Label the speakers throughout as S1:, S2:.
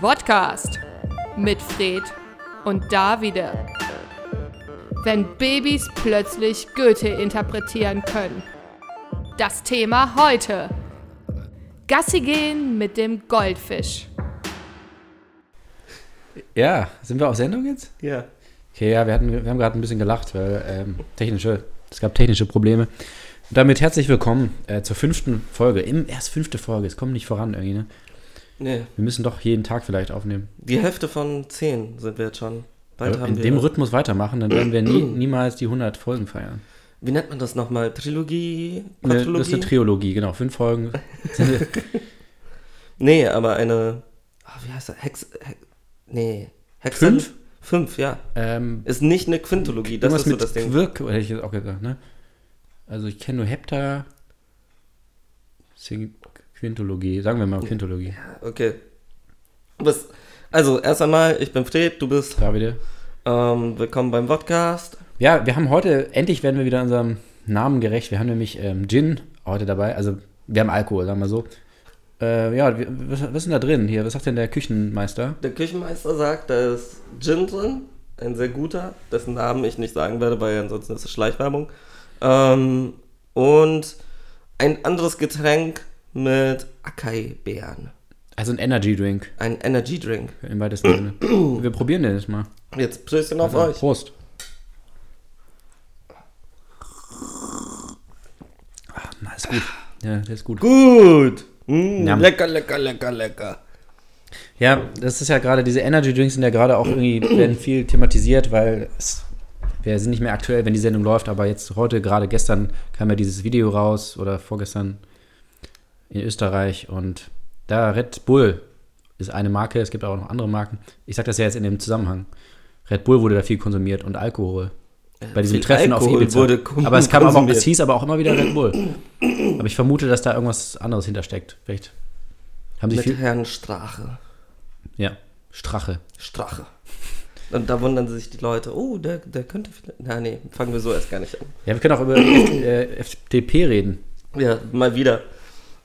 S1: Podcast mit Fred und Davide. Wenn Babys plötzlich Goethe interpretieren können. Das Thema heute. Gassi gehen mit dem Goldfisch.
S2: Ja, sind wir auf Sendung jetzt?
S3: Ja.
S2: Okay, ja, wir, hatten, wir haben gerade ein bisschen gelacht, weil ähm, technische, es gab technische Probleme. Und damit herzlich willkommen äh, zur fünften Folge. Im, erst fünfte Folge, es kommt nicht voran irgendwie, ne?
S3: Nee,
S2: Wir müssen doch jeden Tag vielleicht aufnehmen.
S3: die Hälfte von 10 sind wir jetzt schon. Bald
S2: Aber
S3: haben
S2: in
S3: wir.
S2: dem Rhythmus weitermachen, dann werden wir nie, niemals die 100 Folgen feiern.
S3: Wie nennt man das nochmal? Trilogie?
S2: Ne, das ist
S3: Quadrilogie?
S2: eine Triologie, genau. Fünf Folgen.
S3: nee, aber eine. ah, wie heißt das? Hex. Hex nee. Hexen?
S2: Fünf?
S3: Fünf, ja.
S2: ähm,
S3: Ist nicht eine Quintologie, das ist
S2: irgendwas
S3: so
S2: mit
S3: das Ding.
S2: Quirk, hätte ich jetzt auch gesagt, ne? Also ich kenne nur Hepta, deswegen Quintologie, sagen wir mal Quintologie.
S3: Okay. Du bist, also, erst einmal, ich bin Fred, du bist.
S2: Davide.
S3: Ähm, willkommen beim Podcast.
S2: Ja, wir haben heute, endlich werden wir wieder unserem Namen gerecht. Wir haben nämlich ähm, Gin heute dabei. Also, wir haben Alkohol, sagen wir so. Äh, ja, wir- was, was ist denn da drin hier? Was sagt denn der Küchenmeister?
S3: Der Küchenmeister sagt, da ist Gin drin, ein sehr guter, dessen Namen ich nicht sagen werde, weil ansonsten ist es Schleichwerbung. Ähm, und ein anderes Getränk mit Acai-Beeren.
S2: Also ein Energy Drink
S3: Ein Energy Drink.
S2: im weitesten Sinne. Wir probieren den jetzt mal.
S3: Jetzt Pröschen auf
S2: Also,
S3: euch.
S2: Prost. Ah, na, ist gut. Ja, der ist gut.
S3: Gut. Mm,
S2: Yum.
S3: lecker, lecker, lecker, lecker.
S2: Ja, das ist ja gerade, diese Energy Drinks sind ja gerade auch irgendwie, werden viel thematisiert, weil es, wir sind nicht mehr aktuell, wenn die Sendung läuft, aber jetzt heute, gerade gestern kam ja dieses Video raus oder vorgestern in Österreich und da Red Bull ist eine Marke, es gibt aber auch noch andere Marken. Ich sag das ja jetzt in dem Zusammenhang. Red Bull wurde da viel konsumiert und Alkohol. Bei diesem
S3: Äh, viel
S2: Treffen auf
S3: Alkohol
S2: Ibiza.
S3: wurde kon-
S2: aber es kam aber auch,
S3: konsumiert.
S2: es hieß aber auch immer wieder Red Bull. Aber ich vermute, dass da irgendwas anderes hintersteckt. Vielleicht haben sich
S3: Mit
S2: viel.
S3: Herrn Strache.
S2: Ja, Strache.
S3: Strache. Und da wundern sich die Leute, oh, der, der könnte vielleicht. Na, nee, fangen wir so erst gar nicht an.
S2: Ja, wir können auch über F äh, FDP reden.
S3: Ja, mal wieder.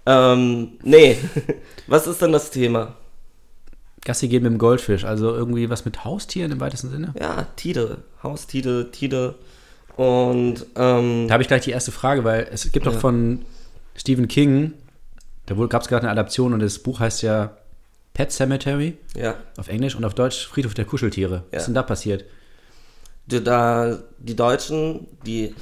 S3: Ähm, nee. Was ist denn das Thema?
S2: Gassi gehen mit dem Goldfisch, also irgendwie was mit Haustieren im weitesten Sinne.
S3: Ja, Tide. Haustide, Tide. Und, ähm,
S2: Da habe ich gleich die erste Frage, weil es gibt doch
S3: Ja.
S2: von Stephen King, da gab es gerade eine Adaption und das Buch heißt ja Pet Cemetery
S3: ja.
S2: auf Englisch und auf Deutsch Friedhof der Kuscheltiere. Was
S3: Ja.
S2: ist denn da passiert?
S3: Die, da, die Deutschen, die.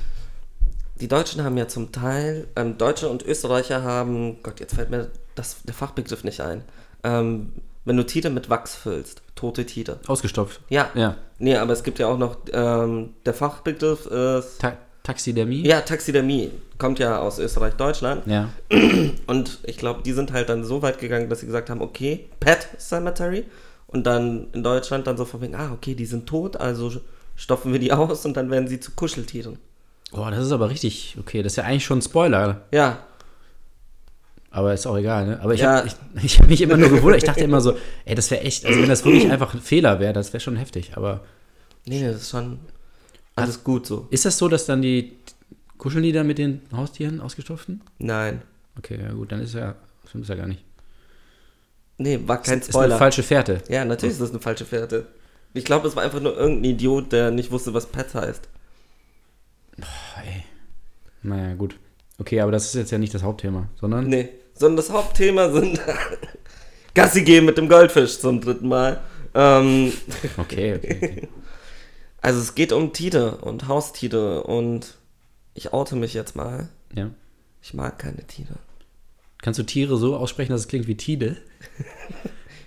S3: Die Deutschen haben ja zum Teil, ähm, Deutsche und Österreicher haben, Gott, jetzt fällt mir das, der Fachbegriff nicht ein. Ähm, wenn du Tide mit Wachs füllst, tote Tide.
S2: Ausgestopft.
S3: Ja.
S2: Ja.
S3: Nee, aber es gibt ja auch noch, ähm, der Fachbegriff ist,
S2: Ta Taxidermie?
S3: ja, Taxidermie. Kommt ja aus Österreich, Deutschland.
S2: Ja.
S3: Und ich glaube, die sind halt dann so weit gegangen, dass sie gesagt haben, okay, Pet Cemetery. Und dann in Deutschland dann so von wegen, ah, okay, die sind tot, also sch- stopfen wir die aus und dann werden sie zu Kuscheltieren.
S2: Oh, das ist aber richtig. Okay, das ist ja eigentlich schon ein Spoiler.
S3: Ja,
S2: Aber ist auch egal, ne? Aber ich
S3: Ja.
S2: habe ich, ich hab mich immer nur gewundert. Ich dachte immer so, ey, das wäre echt, also wenn das wirklich einfach ein Fehler wäre, das wäre schon heftig. Aber
S3: nee, das ist schon alles gut so.
S2: Ist das so, dass dann die kuscheln die dann mit den Haustieren ausgestopften?
S3: Nein.
S2: Okay, ja gut, dann ist ja, stimmt es ja gar nicht.
S3: Nee, war kein
S2: Ist eine
S3: Spoiler.
S2: falsche Fährte.
S3: ja, natürlich ist das eine falsche Fährte. Ich glaube, es war einfach nur irgendein Idiot, der nicht wusste, was Pet heißt.
S2: Boah, ey. Naja, gut. Okay, aber das ist jetzt ja nicht das Hauptthema, sondern
S3: Nee, sondern das Hauptthema sind Gassi gehen mit dem Goldfisch zum dritten Mal. Ähm,
S2: okay, okay, okay.
S3: Also es geht um Tide und Haustide und ich oute mich jetzt mal.
S2: ja.
S3: Ich mag keine Tide.
S2: Kannst du Tiere so aussprechen, dass es klingt wie Tide?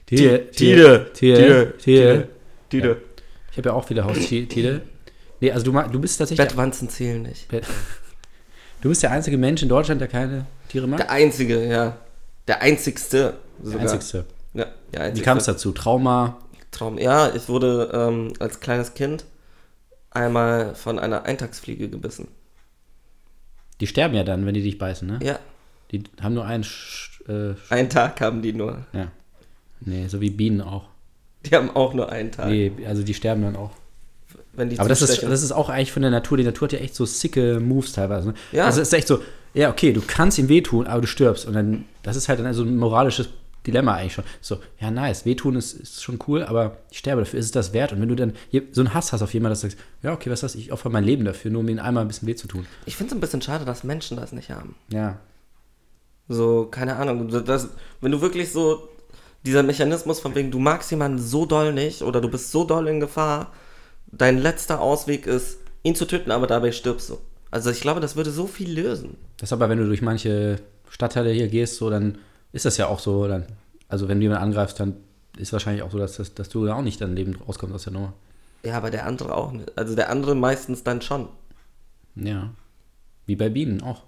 S2: Tier,
S3: Tide,
S2: Tier,
S3: Tide,
S2: Tier.
S3: Tide.
S2: Ich habe ja auch viele Haustiere. Nee, also du, ma- du bist tatsächlich
S3: Bettwanzen zählen nicht.
S2: der, Du bist der einzige Mensch in Deutschland, der keine Tiere mag.
S3: Der einzige, ja. Der einzigste sogar.
S2: der einzigste.
S3: Ja, der einzigste.
S2: Wie kam es dazu? Trauma,
S3: Traum. Ja, ich wurde ähm, als kleines Kind einmal von einer Eintagsfliege gebissen.
S2: Die sterben ja dann, wenn die dich beißen, ne?
S3: Ja,
S2: Die haben nur einen Sch äh, Sch
S3: einen Tag haben die nur.
S2: ja. Nee, so wie Bienen auch.
S3: Die haben auch nur einen Tag.
S2: Nee, also die sterben dann auch.
S3: Wenn die
S2: Aber das ist,
S3: zustechen.
S2: das ist auch eigentlich von der Natur. Die Natur hat ja echt so sicke Moves teilweise. Ne?
S3: Ja.
S2: Also es ist echt so, ja, okay, du kannst ihm wehtun, aber du stirbst. Und dann, das ist halt dann so ein moralisches Dilemma eigentlich schon. So, ja, nice, wehtun ist, ist schon cool, aber ich sterbe dafür, ist es das wert? Und wenn du dann je- so einen Hass hast auf jemanden, dass du sagst, ja, okay, was ist das, ich opfere mein Leben dafür, nur um ihnen einmal ein bisschen weh zu tun.
S3: Ich finde es ein bisschen schade, dass Menschen das nicht haben.
S2: Ja,
S3: So, keine Ahnung. so Das, wenn du wirklich so dieser Mechanismus von wegen, du magst jemanden so doll nicht oder du bist so doll in Gefahr, dein letzter Ausweg ist, ihn zu töten, aber dabei stirbst du. Also ich glaube, das würde so viel lösen.
S2: Das ist aber, wenn du durch manche Stadtteile hier gehst, so, dann ist das ja auch so. Dann, also wenn du jemanden angreifst, dann ist wahrscheinlich auch so, dass, dass, dass du da auch nicht dein Leben rauskommst aus der Nummer.
S3: Ja, aber der andere auch nicht. Also der andere meistens dann schon.
S2: Ja. Wie bei Bienen auch.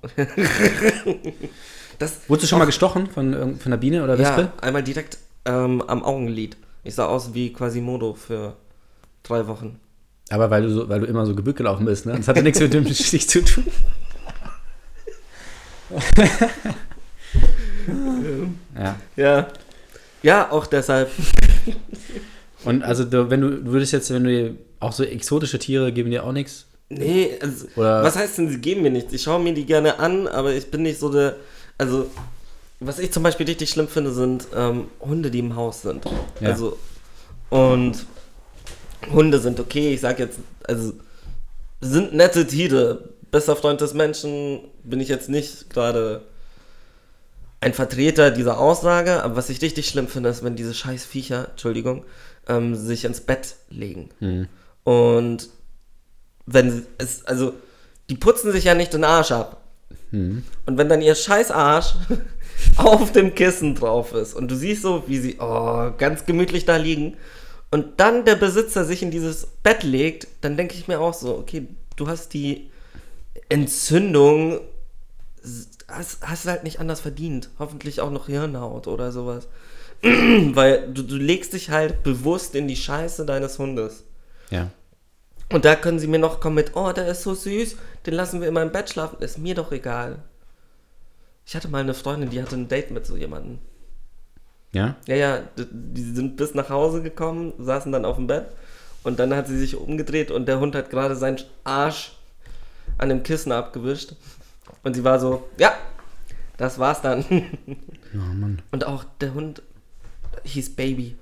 S3: Das,
S2: Wurdest du schon mal gestochen von, irgend- von einer Biene oder Wespe?
S3: ja, einmal direkt ähm, am Augenlid. Ich sah aus wie Quasimodo für drei Wochen.
S2: Aber weil du, so, weil du immer so gebückt gelaufen bist, ne? Das hatte nichts mit dem Gesicht zu tun. ja.
S3: Ja. Ja, auch deshalb.
S2: Und also, du, wenn du du würdest jetzt, wenn du dir- auch so exotische Tiere geben dir auch nichts.
S3: Nee, also,
S2: Oder-
S3: was heißt denn, sie geben mir nichts? Ich schaue mir die gerne an, aber ich bin nicht so der. Also, was ich zum Beispiel richtig schlimm finde, sind ähm, Hunde, die im Haus sind.
S2: Ja.
S3: Also, und Hunde sind okay, ich sag jetzt, also, sind nette Tiere. Bester Freund des Menschen bin ich jetzt nicht gerade ein Vertreter dieser Aussage, aber was ich richtig schlimm finde, ist, wenn diese scheiß Viecher, Entschuldigung, ähm, sich ins Bett legen.
S2: Mhm.
S3: Und wenn sie- es, also, die putzen sich ja nicht den Arsch ab. Und wenn dann ihr scheiß Arsch auf dem Kissen drauf ist und du siehst so, wie sie oh, ganz gemütlich da liegen und dann der Besitzer sich in dieses Bett legt, dann denke ich mir auch so, okay, du hast die Entzündung, s- hast, hast halt nicht anders verdient. Hoffentlich auch noch Hirnhaut oder sowas. Weil du, du legst dich halt bewusst in die Scheiße deines Hundes.
S2: Ja.
S3: Und da können sie mir noch kommen mit, oh, der ist so süß, den lassen wir in meinem Bett schlafen. Ist mir doch egal. Ich hatte mal eine Freundin, die hatte ein Date mit so jemandem.
S2: Ja?
S3: Ja, ja, d- die sind bis nach Hause gekommen, saßen dann auf dem Bett und dann hat sie sich umgedreht und der Hund hat gerade seinen Arsch an dem Kissen abgewischt. Und sie war so, ja, das war's dann.
S2: Oh Mann.
S3: Und auch der Hund hieß Baby.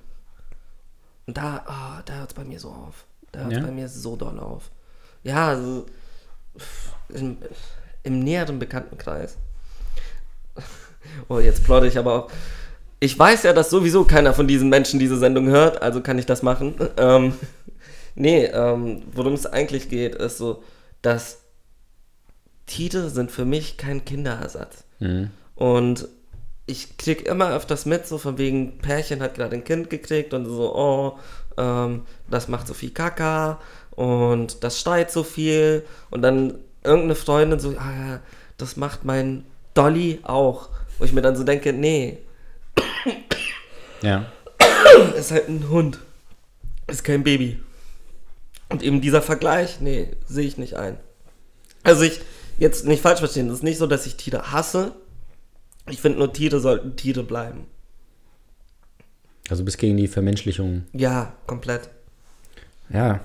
S3: Und da, ah, da hört es bei mir so auf. Da hört es
S2: Ja?
S3: bei mir so doll auf. Ja, also pff, im, im näheren Bekanntenkreis. Oh, jetzt plotte ich aber auch. Ich weiß ja, dass sowieso keiner von diesen Menschen diese Sendung hört, also kann ich das machen. Ähm, nee, ähm, worum es eigentlich geht, ist so, dass Tiere sind für mich kein Kinderersatz. Und ich krieg immer öfters mit, so von wegen, Pärchen hat gerade ein Kind gekriegt und so, oh, ähm, das macht so viel Kaka und das schreit so viel. Und dann irgendeine Freundin so, ah, ja, das macht mein Dolly auch. Wo ich mir dann so denke, nee,
S2: Ja.
S3: ist halt ein Hund. Ist kein Baby. Und eben dieser Vergleich, nee, sehe ich nicht ein. Also ich, jetzt nicht falsch verstehen, es ist nicht so, dass ich Tiere hasse. Ich finde nur, Tiere sollten Tiere bleiben.
S2: Also bis gegen die Vermenschlichung.
S3: Ja, komplett.
S2: Ja.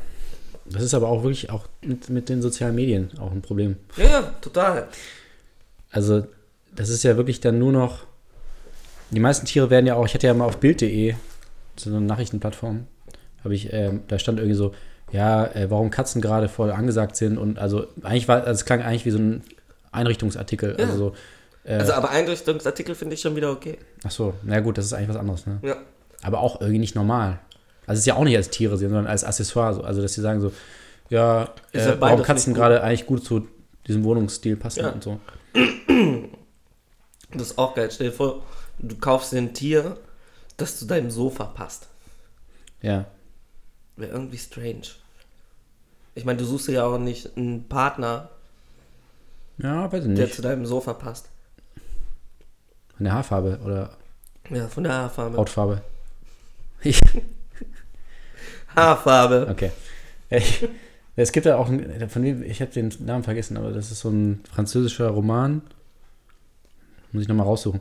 S2: Das ist aber auch wirklich auch mit, mit den sozialen Medien auch ein Problem.
S3: Ja, ja, total.
S2: Also, das ist ja wirklich dann nur noch. Die meisten Tiere werden ja auch, ich hatte ja mal auf Bild.de, so eine Nachrichtenplattform, habe ich, ähm, da stand irgendwie so, ja, äh, warum Katzen gerade voll angesagt sind und also eigentlich war, also es klang eigentlich wie so ein Einrichtungsartikel.
S3: Ja.
S2: Also so, äh,
S3: Also, aber Einrichtungsartikel finde ich schon wieder okay.
S2: ach so, na gut, das ist eigentlich was anderes, ne?
S3: Ja.
S2: aber auch irgendwie nicht normal. Also es ist ja auch nicht als Tiere sehen, sondern als Accessoire. So. Also dass sie sagen so, ja,
S3: Ist ja
S2: äh, warum
S3: beides
S2: Katzen
S3: nicht gut.
S2: gerade eigentlich gut zu diesem Wohnungsstil passen
S3: Ja.
S2: und so.
S3: Das ist auch geil. Stell dir vor, du kaufst dir ein Tier, das zu deinem Sofa passt.
S2: Ja,
S3: Wäre irgendwie strange. Ich meine, du suchst dir ja auch nicht einen Partner,
S2: ja, weiß ich
S3: der
S2: nicht.
S3: zu deinem Sofa passt.
S2: Von der Haarfarbe oder
S3: Ja, von der Haarfarbe.
S2: Hautfarbe. Ich,
S3: Haarfarbe.
S2: okay. Ich, es gibt ja auch, einen- von dem, ich habe den Namen vergessen, aber das ist so ein französischer Roman. Muss ich nochmal raussuchen.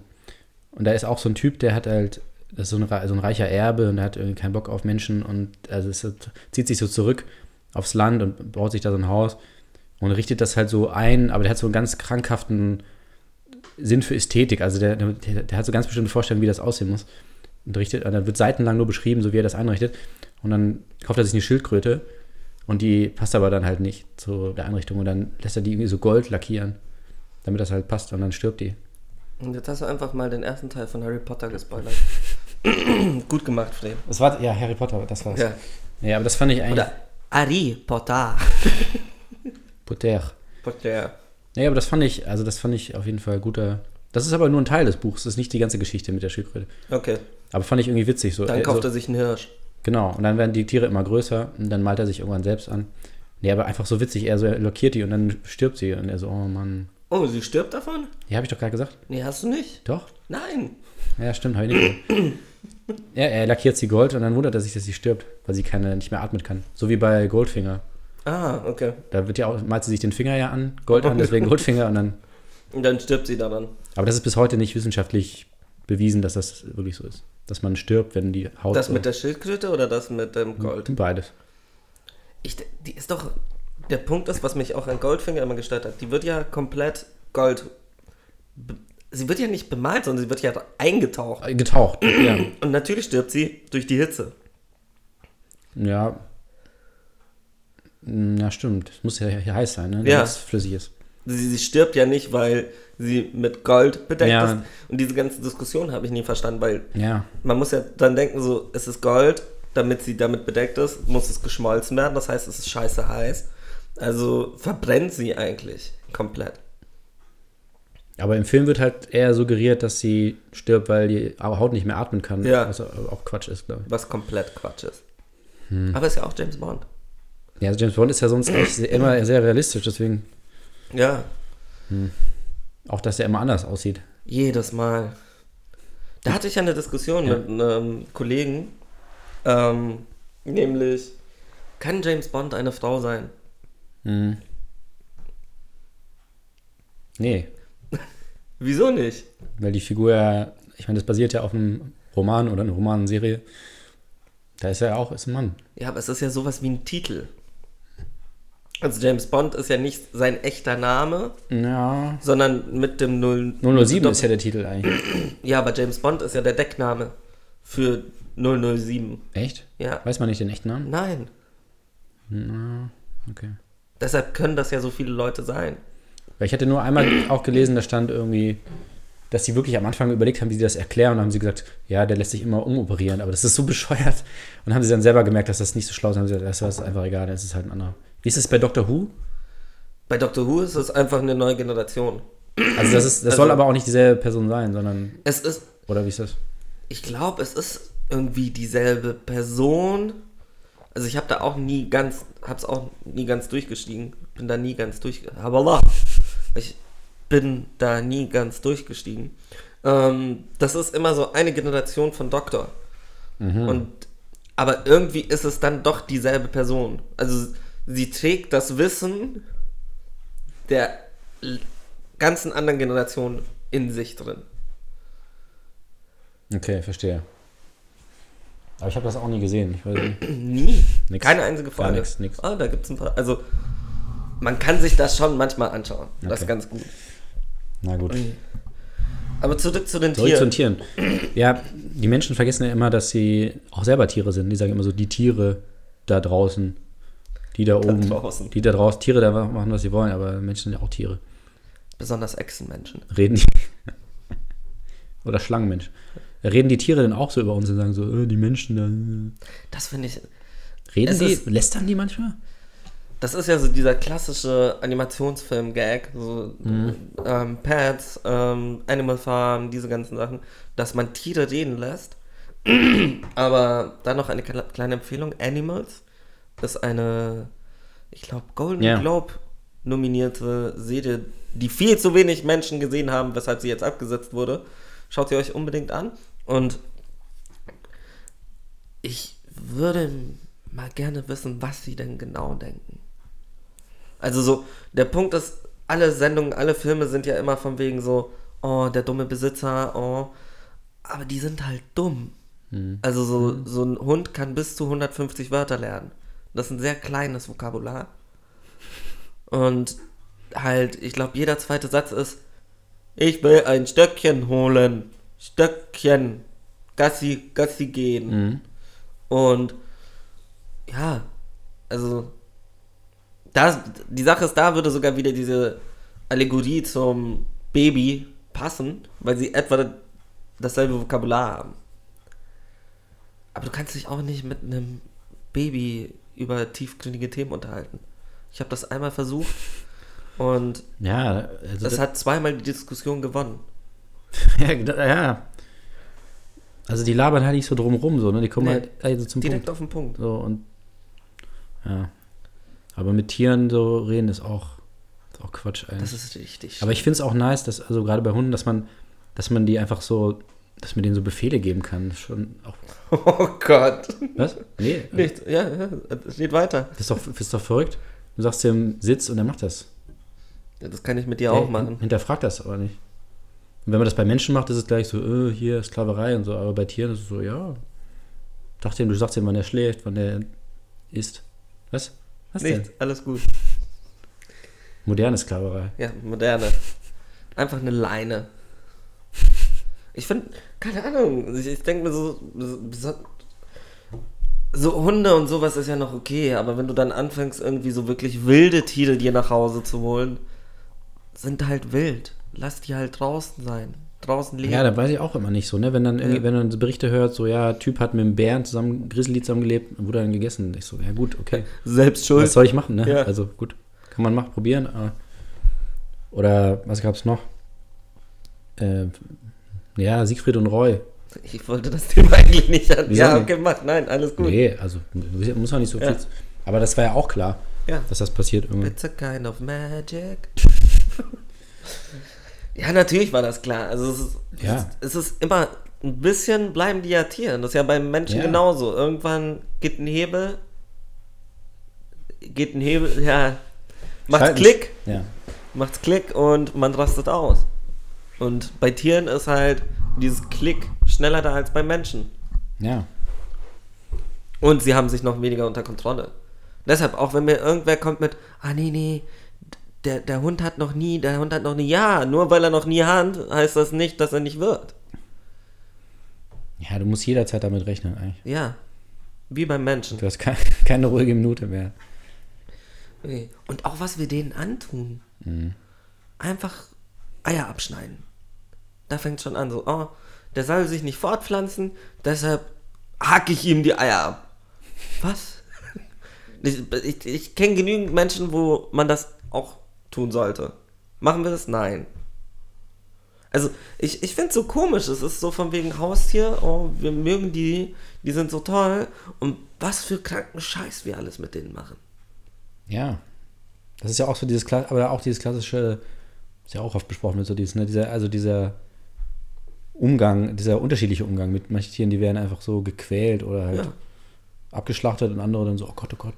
S2: Und da ist auch so ein Typ, der hat halt, das ist so ein, rei- so ein reicher Erbe und der hat irgendwie keinen Bock auf Menschen und also es hat- zieht sich so zurück aufs Land und baut sich da so ein Haus und richtet das halt so ein, aber der hat so einen ganz krankhaften Sinn für Ästhetik. Also der, der, der hat so ganz bestimmte Vorstellungen, wie das aussehen muss. und richtet, dann wird seitenlang nur beschrieben, so wie er das einrichtet. Und dann kauft er sich eine Schildkröte und die passt aber dann halt nicht zu der Einrichtung. Und dann lässt er die irgendwie so gold lackieren, damit das halt passt und dann stirbt die.
S3: Und jetzt hast du einfach mal den ersten Teil von Harry Potter gespoilert. Gut gemacht, Fred.
S2: Das war, ja, Harry Potter, das war's.
S3: Ja.
S2: Ja, ja aber das fand ich eigentlich.
S3: Oder Harry Potter.
S2: Potter.
S3: Potter.
S2: Naja, aber das fand ich, also das fand ich auf jeden Fall guter. Das ist aber nur ein Teil des Buchs, das ist nicht die ganze Geschichte mit der Schildkröte.
S3: Okay,
S2: Aber fand ich irgendwie witzig. So,
S3: dann
S2: äh,
S3: kauft
S2: so,
S3: er sich einen Hirsch.
S2: Genau, und dann werden die Tiere immer größer und dann malt er sich irgendwann selbst an. Nee, aber einfach so witzig, er so er lockiert die und dann stirbt sie und er so, oh Mann.
S3: Oh, sie stirbt davon?
S2: Ja, habe ich doch gerade gesagt.
S3: Nee, hast du nicht.
S2: Doch?
S3: Nein.
S2: Ja, stimmt, habe ich nicht. gehört. ja, er lackiert sie Gold und dann wundert er sich, dass sie stirbt, weil sie keine, nicht mehr atmen kann. So wie bei Goldfinger.
S3: Ah, okay.
S2: Da wird ja auch, malt sie sich den Finger ja an, Gold an, deswegen Goldfinger und dann.
S3: Und dann stirbt sie daran.
S2: Aber das ist bis heute nicht wissenschaftlich bewiesen, dass das wirklich so ist. Dass man stirbt, wenn die Haut.
S3: Das
S2: so
S3: mit der Schildkröte oder das mit dem Gold?
S2: Beides.
S3: Hm. Ich, die ist doch. Der Punkt ist, was mich auch an Goldfinger immer gestört hat. Die wird ja komplett Gold. be- Sie wird ja nicht bemalt, sondern sie wird ja eingetaucht.
S2: Äh, Getaucht, ja.
S3: Und natürlich stirbt sie durch die Hitze.
S2: Ja. Na stimmt, es muss ja hier heiß sein, ne?
S3: Ja.
S2: Damit es flüssig ist.
S3: Sie, sie stirbt ja nicht, weil sie mit Gold bedeckt
S2: Ja.
S3: ist. Und diese ganze Diskussion habe ich nie verstanden, weil
S2: Ja.
S3: man muss ja dann denken, so, es ist Gold, damit sie damit bedeckt ist, muss es geschmolzen werden. Das heißt, es ist scheiße heiß. Also verbrennt sie eigentlich komplett.
S2: Aber im Film wird halt eher suggeriert, dass sie stirbt, weil die Haut nicht mehr atmen kann.
S3: Ja.
S2: Was auch Quatsch ist, glaube ich.
S3: Was komplett Quatsch ist.
S2: Hm.
S3: Aber ist ja auch James Bond.
S2: Ja, also James Bond ist ja sonst echt sehr- immer sehr realistisch, deswegen
S3: Ja,
S2: auch, dass er immer anders aussieht.
S3: Jedes Mal. Da hatte ich ja eine Diskussion
S2: Ja.
S3: mit einem Kollegen, ähm, nämlich, kann James Bond eine Frau sein?
S2: Mhm. Nee,
S3: Wieso nicht?
S2: weil die Figur ja, ich meine, das basiert ja auf einem Roman oder einer Romanserie. Da ist er ja auch ist ein Mann.
S3: Ja, aber es ist ja sowas wie ein Titel. Also James Bond ist ja nicht sein echter Name,
S2: Ja.
S3: sondern mit dem 0
S2: 007 ist ja der Titel eigentlich.
S3: Ja, aber James Bond ist ja der Deckname für 007.
S2: Echt?
S3: Ja.
S2: Weiß man nicht den echten Namen?
S3: Nein.
S2: Na, okay.
S3: Deshalb können das ja so viele Leute sein.
S2: Weil ich hatte nur einmal auch gelesen, da stand irgendwie, dass sie wirklich am Anfang überlegt haben, wie sie das erklären. Und dann haben sie gesagt, ja, der lässt sich immer umoperieren, aber das ist so bescheuert. Und dann haben sie dann selber gemerkt, dass das nicht so schlau ist. Und haben sie gesagt, das ist einfach egal, das ist halt ein anderer. Wie ist es bei Doctor Who?
S3: Bei Doctor Who ist es einfach eine neue Generation.
S2: Also das, ist, das
S3: Also-
S2: soll aber auch nicht dieselbe Person sein, sondern,
S3: Es ist
S2: oder wie ist das?
S3: Ich glaube, es ist irgendwie dieselbe Person. Also ich habe da auch nie ganz, hab's auch nie ganz durchgestiegen. Bin da nie ganz durch. Habala. Ich bin da nie ganz durchgestiegen. Ähm, das ist immer so eine Generation von Doktor. Und aber irgendwie ist es dann doch dieselbe Person. Also sie trägt das Wissen der l- ganzen anderen Generation in sich drin.
S2: Okay, verstehe. Aber ich habe das auch nie gesehen. Ich weiß nicht.
S3: Nie.
S2: Nix.
S3: Keine einzige
S2: Gar
S3: Frage.
S2: nix, nix.
S3: Ah, da gibt es ein paar. Also, man kann sich das schon manchmal anschauen. Das ist
S2: Okay.
S3: ganz gut.
S2: Na gut.
S3: Aber zurück zu den
S2: Zurück zu den
S3: Tieren.
S2: Tieren. Ja, die Menschen vergessen ja immer, dass sie auch selber Tiere sind. Die sagen immer so, die Tiere da draußen, die da, oben,
S3: draußen.
S2: die da draußen, Tiere da machen, was sie wollen, aber Menschen sind ja auch Tiere.
S3: Besonders Echsenmenschen.
S2: Reden die. Oder Schlangenmensch. Reden die Tiere denn auch so über uns und sagen so, äh, die Menschen da.
S3: Das finde ich.
S2: äh. Reden
S3: Es ist-
S2: die? Lästern die manchmal?
S3: Das ist ja so dieser klassische Animationsfilm-Gag. So
S2: Mhm.
S3: ähm, Pets, ähm, Animal Farm, diese ganzen Sachen. Dass man Tiere reden lässt. Aber dann noch eine kle- kleine Empfehlung. Animals ist eine, ich glaube, Golden
S2: Ja.
S3: Globe nominierte Serie, die viel zu wenig Menschen gesehen haben, weshalb sie jetzt abgesetzt wurde. Schaut sie euch unbedingt an. Und ich würde mal gerne wissen, was sie denn genau denken. Also so, der Punkt ist, alle Sendungen, alle Filme sind ja immer von wegen so, oh, der dumme Besitzer, oh. Aber die sind halt dumm. Also so, so ein Hund kann bis zu 150 Wörter lernen. Das ist ein sehr kleines Vokabular. Und halt, ich glaube, jeder zweite Satz ist, ich will ein Stöckchen holen. Stöckchen. Gassi, Gassi gehen.
S2: Mhm.
S3: Und ja, also das, die Sache ist, da würde sogar wieder diese Allegorie zum Baby passen, weil sie etwa dasselbe Vokabular haben. Aber du kannst dich auch nicht mit einem Baby über tiefgründige Themen unterhalten. Ich habe das einmal versucht und
S2: Ja, also
S3: es hat zweimal die Diskussion gewonnen.
S2: ja, da- ja. Also die labern halt nicht so drumrum, so, ne? Die kommen
S3: Nee,
S2: halt also zum
S3: Direkt
S2: Punkt.
S3: auf den Punkt.
S2: So und ja. Aber mit Tieren so reden ist auch, ist auch Quatsch eigentlich.
S3: Das ist richtig.
S2: Aber ich finde es auch nice, dass, also gerade bei Hunden, dass man, dass man die einfach so, dass man denen so Befehle geben kann. Schon auch.
S3: oh Gott.
S2: Was? Nee.
S3: Nichts. Ja, ja, es geht weiter.
S2: Das ist doch, das ist doch verrückt. Du sagst dem Sitz und er macht das.
S3: Ja, das kann ich mit dir
S2: Der
S3: auch machen.
S2: Hinterfragt das aber nicht. Und wenn man das bei Menschen macht, ist es gleich so, äh, hier Sklaverei und so, aber bei Tieren ist es so, ja. Dachte ihm, du sagst ihm, wann er schläft, wann er isst. Was? Was
S3: Nichts,
S2: denn?
S3: alles gut.
S2: Moderne Sklaverei.
S3: Ja, moderne. Einfach eine Leine. Ich finde, keine Ahnung, ich, ich denke mir so, so, so Hunde und sowas ist ja noch okay, aber wenn du dann anfängst, irgendwie so wirklich wilde Tiere dir nach Hause zu holen, sind halt wild. Lass die halt draußen sein. Draußen leben.
S2: Ja, da weiß ich auch immer nicht so, ne? Wenn dann irgendwie,
S3: Ja.
S2: wenn man so Berichte hört, so ja, Typ hat mit einem Bären zusammen, Grizzly zusammengelebt, wurde dann gegessen. Und Ich so, ja gut, okay.
S3: Selbst schuld.
S2: Was soll ich machen, ne?
S3: Ja.
S2: Also gut, kann man machen, probieren. aber- Oder was gab's noch? Äh, ja, Siegfried und Roy.
S3: Ich wollte das Thema eigentlich nicht an.
S2: Wieso
S3: Ja,
S2: nicht?
S3: okay, mach. Nein, alles gut.
S2: Nee, also muss man nicht so viel.
S3: Ja.
S2: Aber das war ja auch klar,
S3: Ja.
S2: dass das passiert irgendwann.
S3: It's a kind of magic. ja, natürlich war das klar. Also es ist,
S2: Ja.
S3: es ist immer ein bisschen bleiben die ja Tieren. Das ist ja beim Menschen
S2: Ja.
S3: genauso. Irgendwann geht ein Hebel, geht ein Hebel, ja, macht's
S2: Schalten-
S3: Klick,
S2: Ja.
S3: macht's Klick und man rastet aus. Und bei Tieren ist halt dieses Klick schneller da als bei Menschen.
S2: Ja.
S3: Und sie haben sich noch weniger unter Kontrolle. Deshalb, auch wenn mir irgendwer kommt mit, ah nee, nee, der, der Hund hat noch nie, der Hund hat noch nie, ja, nur weil er noch nie hat, heißt das nicht, dass er nicht wird.
S2: Ja, du musst jederzeit damit rechnen eigentlich.
S3: Ja. Wie beim Menschen.
S2: Du hast ke keine ruhige Minute mehr.
S3: Okay. Und auch was wir denen antun. Einfach Eier abschneiden. Da fängt schon an, so, oh, der soll sich nicht fortpflanzen, deshalb hacke ich ihm die Eier ab. Was? Ich, ich, ich kenne genügend Menschen, wo man das auch tun sollte. Machen wir das? Nein. Also, ich, ich finde es so komisch. Es ist so von wegen Haustier, oh, wir mögen die, die sind so toll. Und was für kranken Scheiß wir alles mit denen machen.
S2: Ja. Das ist ja auch so dieses Kla aber auch dieses klassische, ist ja auch oft besprochen wird, so dieses, ne, dieser, also dieser Umgang, dieser unterschiedliche Umgang mit manchen Tieren, die werden einfach so gequält oder halt
S3: Ja.
S2: abgeschlachtet und andere dann so, oh Gott, oh Gott,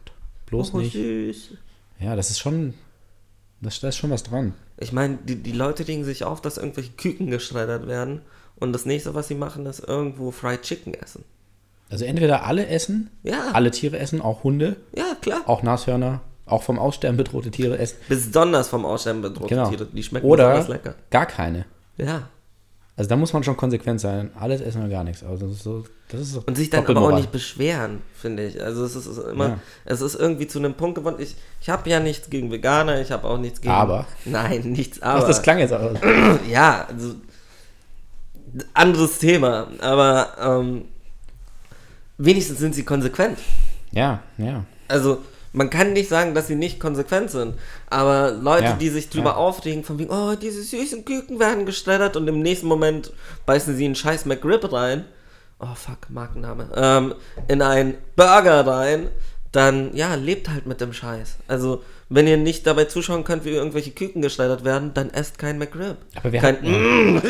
S2: bloß
S3: Oh,
S2: nicht.
S3: süß.
S2: Ja, das ist schon, das, da ist schon was dran.
S3: Ich meine, die, die Leute regen sich auf, dass irgendwelche Küken geschreddert werden. Und das nächste, was sie machen, ist irgendwo Fried Chicken essen.
S2: Also entweder alle essen,
S3: Ja.
S2: alle Tiere essen, auch Hunde,
S3: Ja, klar.
S2: auch Nashörner, auch vom Aussterben bedrohte Tiere essen.
S3: Besonders vom Aussterben bedrohte
S2: Genau.
S3: Tiere. Die schmecken
S2: Oder
S3: besonders lecker.
S2: gar keine.
S3: Ja.
S2: Also da muss man schon konsequent sein. Alles essen oder gar nichts. Also das ist so, das ist so
S3: Und sich dann aber
S2: Doppelmoral.
S3: auch nicht beschweren, finde ich. Also es ist es ist immer,
S2: Ja.
S3: es ist irgendwie zu einem Punkt geworden. Ich, ich habe ja nichts gegen Veganer, ich habe auch nichts gegen.
S2: Aber.
S3: Nein, nichts aber.
S2: Ach, das klang jetzt aber.
S3: ja, also d- anderes Thema. Aber ähm, wenigstens sind sie konsequent.
S2: Ja, ja.
S3: Also, man kann nicht sagen, dass sie nicht konsequent sind, aber Leute,
S2: Ja,
S3: die sich drüber
S2: ja.
S3: aufregen, von wegen, oh, diese süßen Küken werden geschreddert und im nächsten Moment beißen sie einen scheiß McRib rein, oh fuck, Markenname, ähm, in einen Burger rein, dann, ja, lebt halt mit dem Scheiß. Also, wenn ihr nicht dabei zuschauen könnt, wie irgendwelche Küken geschreddert werden, dann esst kein McRib.
S2: Aber wir
S3: kein, Hm,
S2: hatten-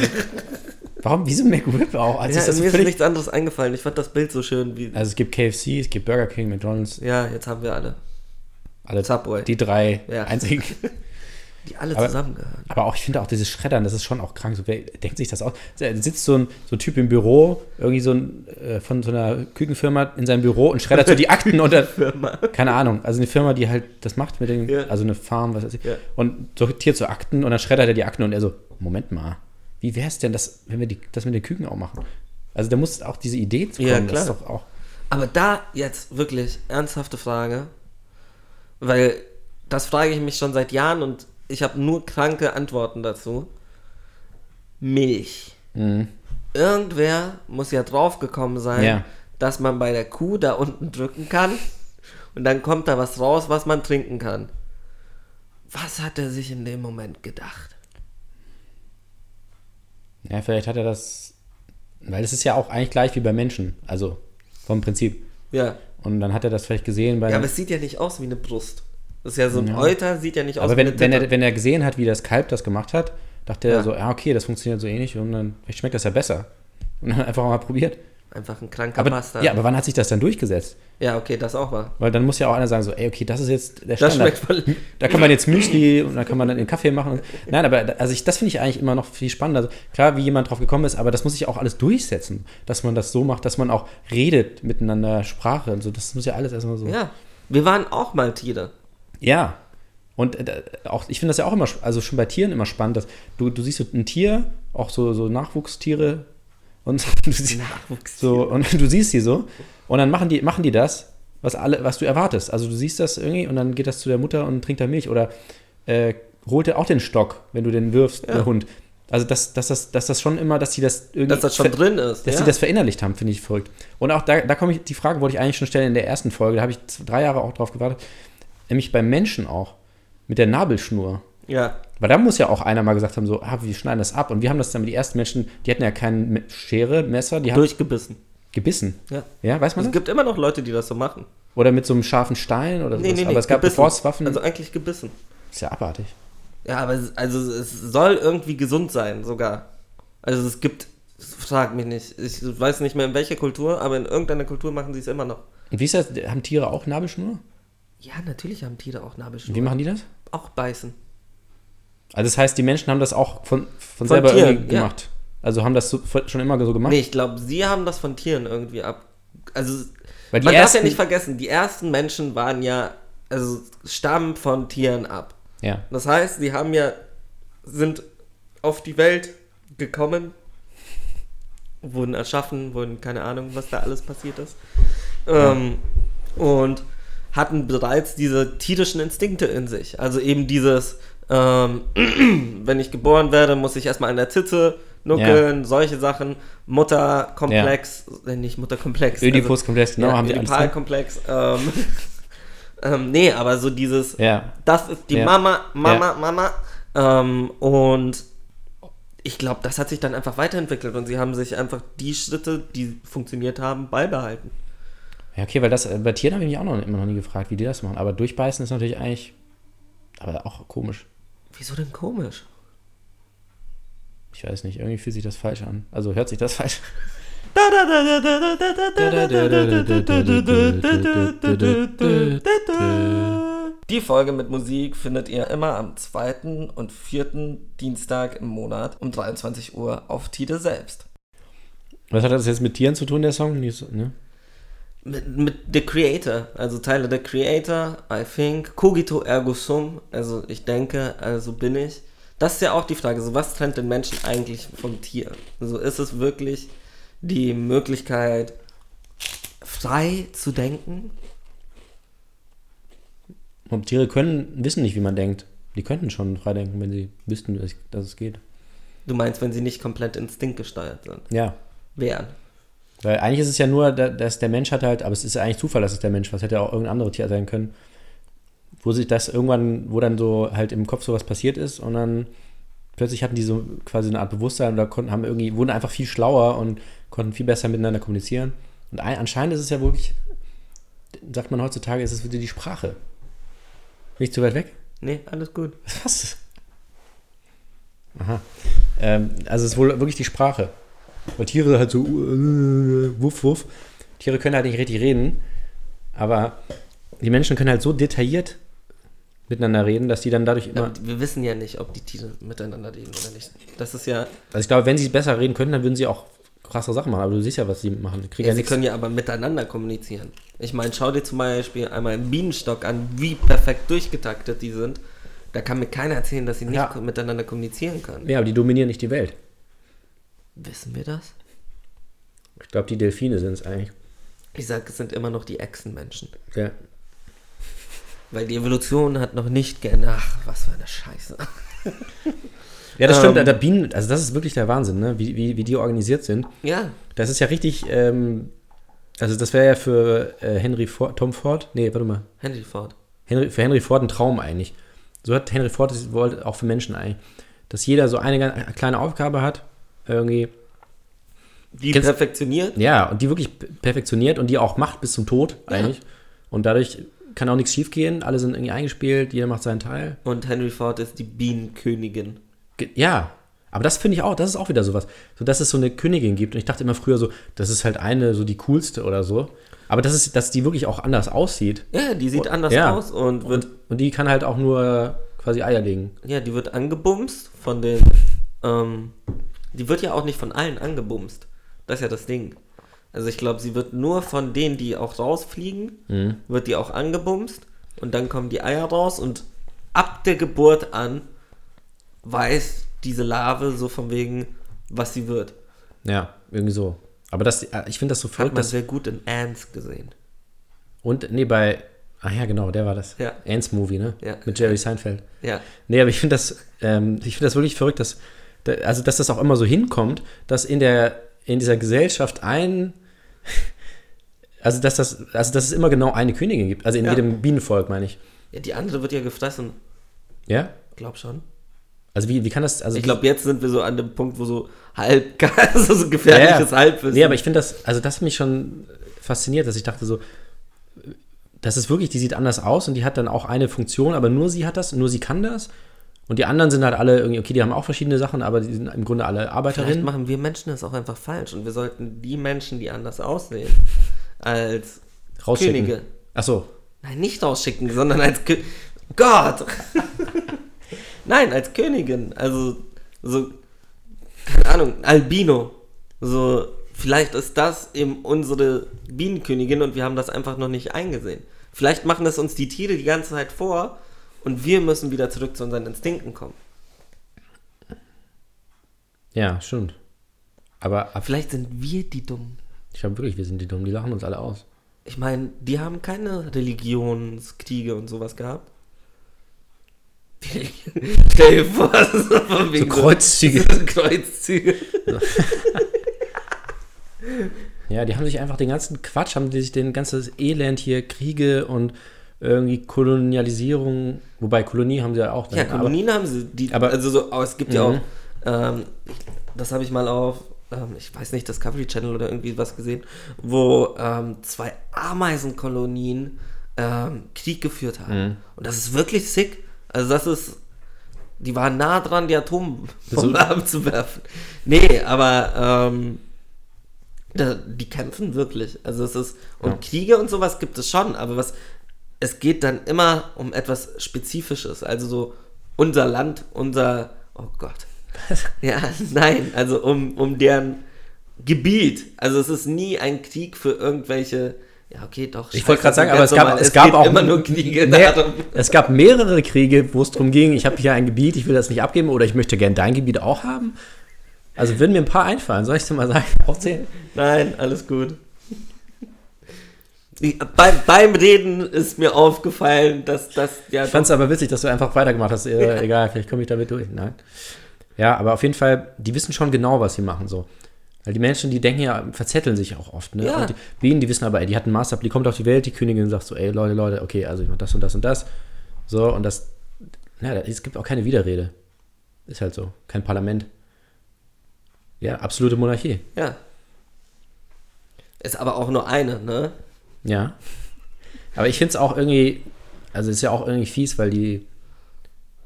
S2: Warum, wieso McRib auch? Also,
S3: ja,
S2: ist das
S3: mir ist
S2: völlig,
S3: nichts anderes eingefallen. Ich fand das Bild so schön, wie,
S2: also es gibt KFC, es gibt Burger King, McDonalds,
S3: ja, jetzt haben wir alle,
S2: alle
S3: Subway.
S2: die drei
S3: Ja.
S2: einzigen.
S3: die alle
S2: Aber-
S3: zusammengehören.
S2: Aber auch, ich finde auch dieses Schreddern, das ist schon auch krank. So, wer denkt sich das aus? Da Sitzt so ein, so ein Typ im Büro, irgendwie so ein, äh, von so einer Kükenfirma in seinem Büro und schreddert so die Akten unter.
S3: Firma.
S2: Keine Ahnung, also eine Firma, die halt das macht mit den,
S3: Ja.
S2: also eine Farm, was weiß ich.
S3: Ja.
S2: Und sortiert so Akten und dann schreddert er die Akten und er so, Moment mal, wie wäre es denn, das, wenn wir die, das mit den Küken auch machen? Also da muss auch diese Idee zu kommen.
S3: Ja,
S2: Das ist
S3: klar.
S2: doch auch.
S3: Aber da jetzt wirklich ernsthafte Frage, weil das frage ich mich schon seit Jahren und ich habe nur kranke Antworten dazu. Milch. Irgendwer muss ja draufgekommen sein,
S2: Mhm. Ja.
S3: dass man bei der Kuh da unten drücken kann und dann kommt da was raus, was man trinken kann. Was hat er sich in dem Moment gedacht?
S2: Ja, vielleicht hat er das. Weil es ist ja auch eigentlich gleich wie bei Menschen. Also vom Prinzip.
S3: Ja.
S2: Und dann hat er das vielleicht gesehen bei.
S3: Ja, aber es sieht ja nicht aus wie eine Brust. Das ist ja so ein Euter, sieht ja nicht aus
S2: aber
S3: wie
S2: wenn,
S3: also eine
S2: wenn,
S3: Tippe.
S2: er, wenn er gesehen hat, wie das Kalb das gemacht hat, dachte er
S3: Ja.
S2: so, ah, okay, das funktioniert so ähnlich und dann vielleicht schmeckt das ja besser. Und dann einfach mal probiert.
S3: Einfach ein kranker
S2: Aber,
S3: Bastard.
S2: ja, aber wann hat sich das dann durchgesetzt?
S3: Ja, okay, das auch war.
S2: Weil dann muss ja auch einer sagen, so, ey, okay, das ist jetzt der
S3: Das
S2: Standard.
S3: schmeckt voll-
S2: Da kann man jetzt Müsli und dann kann man dann den Kaffee machen. Nein, aber da- also ich, das finde ich eigentlich immer noch viel spannender. Also klar, wie jemand drauf gekommen ist, aber das muss sich auch alles durchsetzen, dass man das so macht, dass man auch redet miteinander, Sprache und so. Das muss ja alles erstmal so.
S3: Ja. Wir waren auch mal Tiere.
S2: Ja. Und äh, auch, ich finde das ja auch immer, sp- also schon bei Tieren immer spannend, dass du, du siehst so ein Tier, auch so, so Nachwuchstiere und du, sie, so, und du siehst sie so und dann machen die, machen die das, was, alle, was du erwartest. Also du siehst das irgendwie und dann geht das zu der Mutter und trinkt da Milch oder äh, holt er auch den Stock, wenn du den wirfst, der Hund. Also dass, dass, das, dass das schon immer, dass die das irgendwie
S3: Dass das schon
S2: ver-
S3: drin ist.
S2: dass
S3: ja?
S2: sie das verinnerlicht haben, finde ich verrückt. Und auch da, da komme ich, die Frage wollte ich eigentlich schon stellen in der ersten Folge, da habe ich z- drei Jahre auch drauf gewartet, nämlich beim Menschen auch, mit der Nabelschnur.
S3: ja.
S2: Weil da muss ja auch einer mal gesagt haben, so, ah, wir schneiden das ab. Und wir haben das dann mit den ersten Menschen, die hatten ja keine Me- Schere, Messer, die haben
S3: Durchgebissen.
S2: gebissen.
S3: Ja.
S2: Ja, weiß man
S3: Es
S2: das?
S3: gibt immer noch Leute, die das so machen.
S2: Oder mit so einem scharfen Stein oder sowas. Also Aber es gab
S3: gebissen.
S2: Forstwaffen.
S3: Also eigentlich gebissen.
S2: ist ja abartig.
S3: Ja, aber es, also es soll irgendwie gesund sein, sogar. Also es gibt, frag mich nicht, ich weiß nicht mehr in welcher Kultur, aber in irgendeiner Kultur machen sie es immer noch.
S2: Und wie ist das? Haben Tiere auch Nabelschnur?
S3: Ja, natürlich haben Tiere auch Nabelschnur.
S2: Wie machen die das?
S3: Auch beißen.
S2: Also das heißt, die Menschen haben das auch von, von, selber
S3: Tieren,
S2: irgendwie
S3: ja.
S2: gemacht. Also haben das so, schon immer so gemacht.
S3: Nee, ich glaube, sie haben das von Tieren irgendwie ab. Also,
S2: Weil die
S3: man darf ja
S2: ersten-
S3: nicht vergessen, die ersten Menschen waren ja, also stammen von Tieren ab.
S2: Ja.
S3: Das heißt, sie haben ja, sind auf die Welt gekommen, wurden erschaffen, wurden keine Ahnung, was da alles passiert ist. Ähm, Und hatten bereits diese tierischen Instinkte in sich. Also eben dieses, ähm, wenn ich geboren werde, muss ich erstmal an der Zitze nuckeln, solche Sachen. Mutterkomplex, äh, nicht Mutterkomplex. also
S2: Oedipus-Komplex, genau,
S3: ja,
S2: haben die alles drin.
S3: Oedipalkomplex. Ähm, ähm, nee, aber so dieses,
S2: Ja.
S3: das ist die
S2: Ja.
S3: Mama, Mama, Mama. Ähm, und ich glaube, das hat sich dann einfach weiterentwickelt und sie haben sich einfach die Schritte, die funktioniert haben, beibehalten.
S2: Ja, okay, weil das äh, bei Tieren habe ich mich auch noch, immer noch nie gefragt, wie die das machen. Aber durchbeißen ist natürlich eigentlich. Aber auch komisch.
S3: Wieso denn komisch?
S2: Ich weiß nicht, irgendwie fühlt sich das falsch an. Also hört sich das falsch
S3: Die Folge mit Musik findet ihr immer am zweiten und vierten Dienstag im Monat um 23 Uhr auf Tide selbst.
S2: Was hat das jetzt mit Tieren zu tun, der Song? Nicht so- Ne?
S3: Mit, mit The Creator, also Teile der Creator, I think, cogito ergo sum, also ich denke, also bin ich. Das ist ja auch die Frage, so was trennt den Menschen eigentlich vom Tier? Also ist es wirklich die Möglichkeit, frei zu denken?
S2: Und Tiere können, wissen nicht, wie man denkt. Die könnten schon freidenken, wenn sie wüssten, dass dass es geht.
S3: Du meinst, wenn sie nicht komplett instinktgesteuert sind?
S2: Ja.
S3: Wären.
S2: Weil eigentlich ist es ja nur, da- dass der Mensch hat halt, aber es ist ja eigentlich Zufall, dass es der Mensch war. Es hätte ja auch irgendein anderes Tier sein können, wo sich das irgendwann, wo dann so halt im Kopf sowas passiert ist und dann plötzlich hatten die so quasi eine Art Bewusstsein oder konnten, haben irgendwie, wurden einfach viel schlauer und konnten viel besser miteinander kommunizieren. Und ein, anscheinend ist es ja wirklich, sagt man heutzutage, ist es wieder die Sprache. Nicht zu weit weg?
S3: Nee, alles gut.
S2: Was? Aha. Ähm, also es ist wohl wirklich die Sprache. Weil Tiere halt so äh, wuff, wuff. Tiere können halt nicht richtig reden, aber die Menschen können halt so detailliert miteinander reden, dass die dann dadurch immer.
S3: Aber wir wissen ja nicht, ob die Tiere miteinander reden oder nicht. Das ist ja.
S2: Also ich glaube, wenn sie besser reden könnten, dann würden sie auch krassere Sachen machen. Aber du siehst ja, was sie machen. Die kriegen ja,
S3: sie
S2: nichts.
S3: können ja aber miteinander kommunizieren. Ich meine, schau dir zum Beispiel einmal einen Bienenstock an, wie perfekt durchgetaktet die sind. Da kann mir keiner erzählen, dass sie nicht
S2: Ja.
S3: ko- miteinander kommunizieren können.
S2: Ja, aber die dominieren nicht die Welt.
S3: Wissen wir das?
S2: Ich glaube, die Delfine sind es eigentlich.
S3: Ich sage, es sind immer noch die Echsenmenschen.
S2: Ja.
S3: Weil die Evolution hat noch nicht geändert. Ach, was für eine Scheiße.
S2: Ja, das
S3: Ähm.
S2: stimmt. Da Bienen, also das ist wirklich der Wahnsinn, ne? wie, wie, wie die organisiert sind.
S3: Ja,
S2: Das ist ja richtig, ähm, also das wäre ja für äh, Henry Ford, Tom Ford, nee, warte mal,
S3: Henry Ford.
S2: Henry, für Henry Ford ein Traum eigentlich. So hat Henry Ford es wollte auch für Menschen eigentlich, dass jeder so eine ganz- eine kleine Aufgabe hat, irgendwie,
S3: Die
S2: Kennst-
S3: perfektioniert.
S2: ja, und die wirklich p- perfektioniert und die auch macht bis zum Tod eigentlich. Und dadurch kann auch nichts schiefgehen, alle sind irgendwie eingespielt, jeder macht seinen Teil.
S3: Und Henry Ford ist die Bienenkönigin.
S2: Ge- Ja, aber das finde ich auch, das ist auch wieder sowas. So, dass es so eine Königin gibt. Und ich dachte immer früher so, das ist halt eine, so die coolste oder so. Aber das ist, dass die wirklich auch anders aussieht.
S3: Ja, die sieht anders
S2: Oh, ja.
S3: aus und wird,
S2: Und, und die kann halt auch nur quasi Eier legen.
S3: ja, die wird angebumst von den, ähm, die wird ja auch nicht von allen angebumst. Das ist ja das Ding. Also ich glaube, sie wird nur von denen, die auch rausfliegen,
S2: Mhm.
S3: wird die auch angebumst und dann kommen die Eier raus und ab der Geburt an weiß diese Larve so von wegen, was sie wird.
S2: Ja, irgendwie so. Aber das, äh, ich finde das so
S3: Hat
S2: verrückt.
S3: man
S2: Dass,
S3: sehr gut in Ants gesehen.
S2: und, nee, bei, ah ja, genau, der war das.
S3: Ja.
S2: Ants Movie, ne?
S3: Ja.
S2: Mit Jerry Seinfeld.
S3: Ja.
S2: Nee, aber ich finde das, ähm, ich finde das wirklich verrückt, dass, da- also, dass das auch immer so hinkommt, dass in der, in dieser Gesellschaft ein, also, dass das, also, dass es immer genau eine Königin gibt. Also in
S3: Ja.
S2: jedem Bienenvolk, meine ich.
S3: ja. Die andere wird ja gefressen.
S2: Ja?
S3: Glaub schon.
S2: Also, wie, wie kann das, also.
S3: Ich glaube, jetzt sind wir so an dem Punkt, wo so halb, so, so gefährliches
S2: ja, ja.
S3: Halbwissen.
S2: Nee, aber ich finde das, also, das hat mich schon fasziniert, dass ich dachte so, das ist wirklich, die sieht anders aus und die hat dann auch eine Funktion, aber nur sie hat das, nur sie kann das. Und die anderen sind halt alle irgendwie, okay, die haben auch verschiedene Sachen, aber die sind im Grunde alle
S3: Vielleicht
S2: Arbeiterinnen.
S3: machen wir Menschen das auch einfach falsch und wir sollten die Menschen, die anders aussehen, als Könige.
S2: Ach so,
S3: Nein, nicht rausschicken, sondern als Kö Gott! Nein, als Königin. Also, so, keine Ahnung, Albino. So, vielleicht ist das eben unsere Bienenkönigin und wir haben das einfach noch nicht eingesehen. Vielleicht machen das uns die Tiere die ganze Zeit vor und wir müssen wieder zurück zu unseren Instinkten kommen.
S2: Ja, stimmt. Aber ab-
S3: Vielleicht sind wir die Dummen.
S2: ich glaube wirklich, wir sind die Dummen, die lachen uns alle aus.
S3: Ich meine, die haben keine Religionskriege und sowas gehabt. Stell dir vor, so von wegen so-
S2: Kreuzzüge.
S3: Kreuzzüge.
S2: Ja, die haben sich einfach den ganzen Quatsch, haben die sich den ganzen Elend hier, Kriege und irgendwie Kolonialisierung, wobei Kolonie haben sie ja auch.
S3: Ja,
S2: dann, aber-
S3: Kolonien haben sie. Die,
S2: aber-
S3: also so, aber es gibt ja auch,
S2: Mhm.
S3: ähm, das habe ich mal auf, ähm, ich weiß nicht, Discovery Channel oder irgendwie was gesehen, wo ähm, zwei Ameisenkolonien ähm, Krieg geführt haben. Und das ist wirklich sick. Also das ist, die waren nah dran, die Atombombe
S2: So-
S3: abzuwerfen. Nee, aber ähm, da, die kämpfen wirklich. Also es ist, und
S2: Ja.
S3: Kriege und sowas gibt es schon, aber was, es geht dann immer um etwas Spezifisches. Also so unser Land, unser, oh Gott. Ja, nein, also um, um deren Gebiet. Also es ist nie ein Krieg für irgendwelche, ja okay, doch.
S2: ich
S3: scheiß
S2: wollte gerade
S3: auf den
S2: sagen, aber es
S3: ganz
S2: gab,
S3: normal.
S2: es gab
S3: geht
S2: auch
S3: immer nur Kriege
S2: mehr-
S3: darum.
S2: es gab mehrere Kriege, wo es darum ging, ich habe hier ein Gebiet, ich will das nicht abgeben oder ich möchte gern dein Gebiet auch haben. Also würden mir ein paar einfallen, soll ich es dir mal sagen? Aufzählen?
S3: Nein, alles gut. Ich, bei, beim Reden ist mir aufgefallen, dass das ja
S2: Ich fand es aber witzig, dass du einfach weitergemacht hast. Äh, Egal, vielleicht komme ich damit durch. Nein. Ja, aber auf jeden Fall, die wissen schon genau, was sie machen. So. Weil die Menschen, die denken ja, verzetteln sich auch oft. Ne?
S3: Ja.
S2: Und die, Bienen, die wissen aber, ey, die hat einen Master, die kommt auf die Welt, die Königin sagt so, ey, Leute, Leute, okay, also ich mach das und das und das. So, und das, ja, da- es gibt auch keine Widerrede. Ist halt so. Kein Parlament. Ja, absolute Monarchie.
S3: Ja. Ist aber auch nur eine, ne?
S2: Ja. Aber ich finde es auch irgendwie, also ist ja auch irgendwie fies, weil die,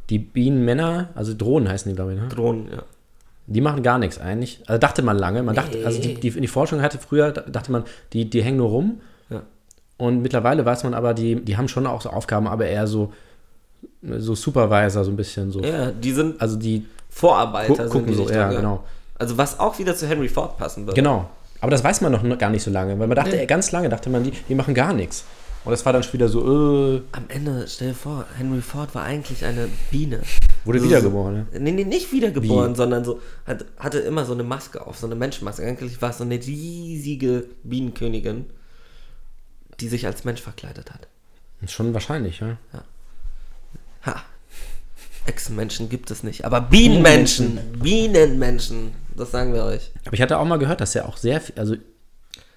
S2: die Bienenmänner, also Drohnen heißen die, glaube ich, ne?
S3: Drohnen, ja.
S2: Die machen gar nichts eigentlich. Also dachte man lange. Man dachte, also die, die, die Forschung hatte früher, da- dachte man, die, die hängen nur rum.
S3: Ja.
S2: Und mittlerweile weiß man aber, die, die haben schon auch so Aufgaben, aber eher so, so Supervisor, so ein bisschen so.
S3: Ja, die sind
S2: Also die gu
S3: Vorarbeiter. sind
S2: gucken
S3: die
S2: so,
S3: nicht
S2: ja,
S3: dran,
S2: genau.
S3: Also was auch wieder zu Henry Ford passen würde.
S2: Genau. Aber das weiß man noch gar nicht so lange, weil man dachte, ganz lange dachte man, die, die machen gar nichts. Und das war dann schon wieder so, äh,
S3: Am Ende, stell dir vor, Henry Ford war eigentlich eine Biene.
S2: Wurde
S3: so-
S2: wiedergeboren, ne?
S3: Nee, nee, nicht wiedergeboren, sondern so, hat, hatte immer so eine Maske auf, so eine Menschenmaske. Eigentlich war es so eine riesige Bienenkönigin, die sich als Mensch verkleidet hat.
S2: Ist schon wahrscheinlich, ja.
S3: Ha. Echsenmenschen gibt es nicht, aber Bienenmenschen, Bienenmenschen, das sagen wir euch.
S2: Aber ich hatte auch mal gehört, dass er auch sehr viel, also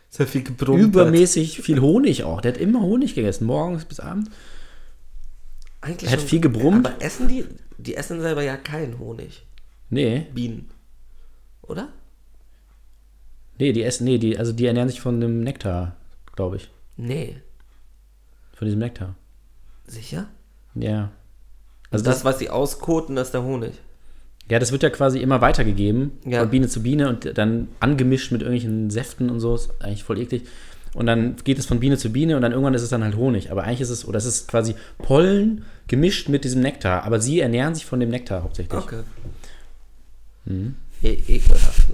S3: Sehr viel gebrummt.
S2: übermäßig viel Honig auch. Der hat immer Honig gegessen, morgens bis abends.
S3: Eigentlich
S2: hat viel gebrummt.
S3: Aber essen die, die essen selber ja keinen Honig.
S2: Nee,
S3: Bienen. Oder?
S2: nee, die essen, nee, die, also die ernähren sich von dem Nektar, glaube ich.
S3: Nee.
S2: Von diesem Nektar.
S3: Sicher?
S2: Ja.
S3: Also das, was sie auskoten, ist der Honig.
S2: Ja, das wird ja quasi immer weitergegeben,
S3: Ja.
S2: von Biene zu Biene und dann angemischt mit irgendwelchen Säften und so, ist eigentlich voll eklig. Und dann geht es von Biene zu Biene und dann irgendwann ist es dann halt Honig. Aber eigentlich ist es, oder es ist quasi Pollen gemischt mit diesem Nektar. Aber sie ernähren sich von dem Nektar hauptsächlich.
S3: Okay.
S2: Hm?
S3: E ekelhaft.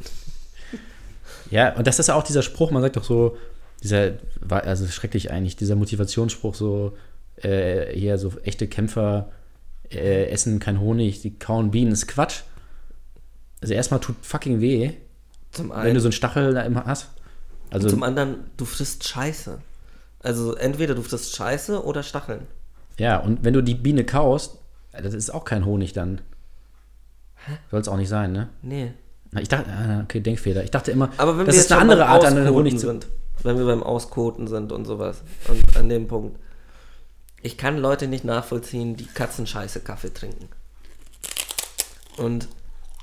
S2: Ja, und das ist ja auch dieser Spruch, man sagt doch so, dieser, war- also schrecklich eigentlich, dieser Motivationsspruch so, äh, hier so echte Kämpfer äh, essen kein Honig, die kauen Bienen, ist Quatsch. Also erstmal tut fucking weh,
S3: Zum
S2: wenn du
S3: einen.
S2: so einen Stachel da immer hast. Also
S3: Zum anderen, du frisst Scheiße. Also entweder du frisst Scheiße oder Stacheln.
S2: Ja, und wenn du die Biene kaust, das ist auch kein Honig dann. Soll es auch nicht sein, ne?
S3: Nee.
S2: Na, Ich dachte, ah, okay, Denkfehler. Ich dachte immer,
S3: Aber wenn
S2: das
S3: wir
S2: ist eine andere
S3: beim
S2: Art, an den
S3: Auskoten
S2: Honig zu.
S3: sind, wenn wir beim Auskoten sind und sowas und an dem Punkt. Ich kann Leute nicht nachvollziehen, die Katzenscheiße Kaffee trinken. Und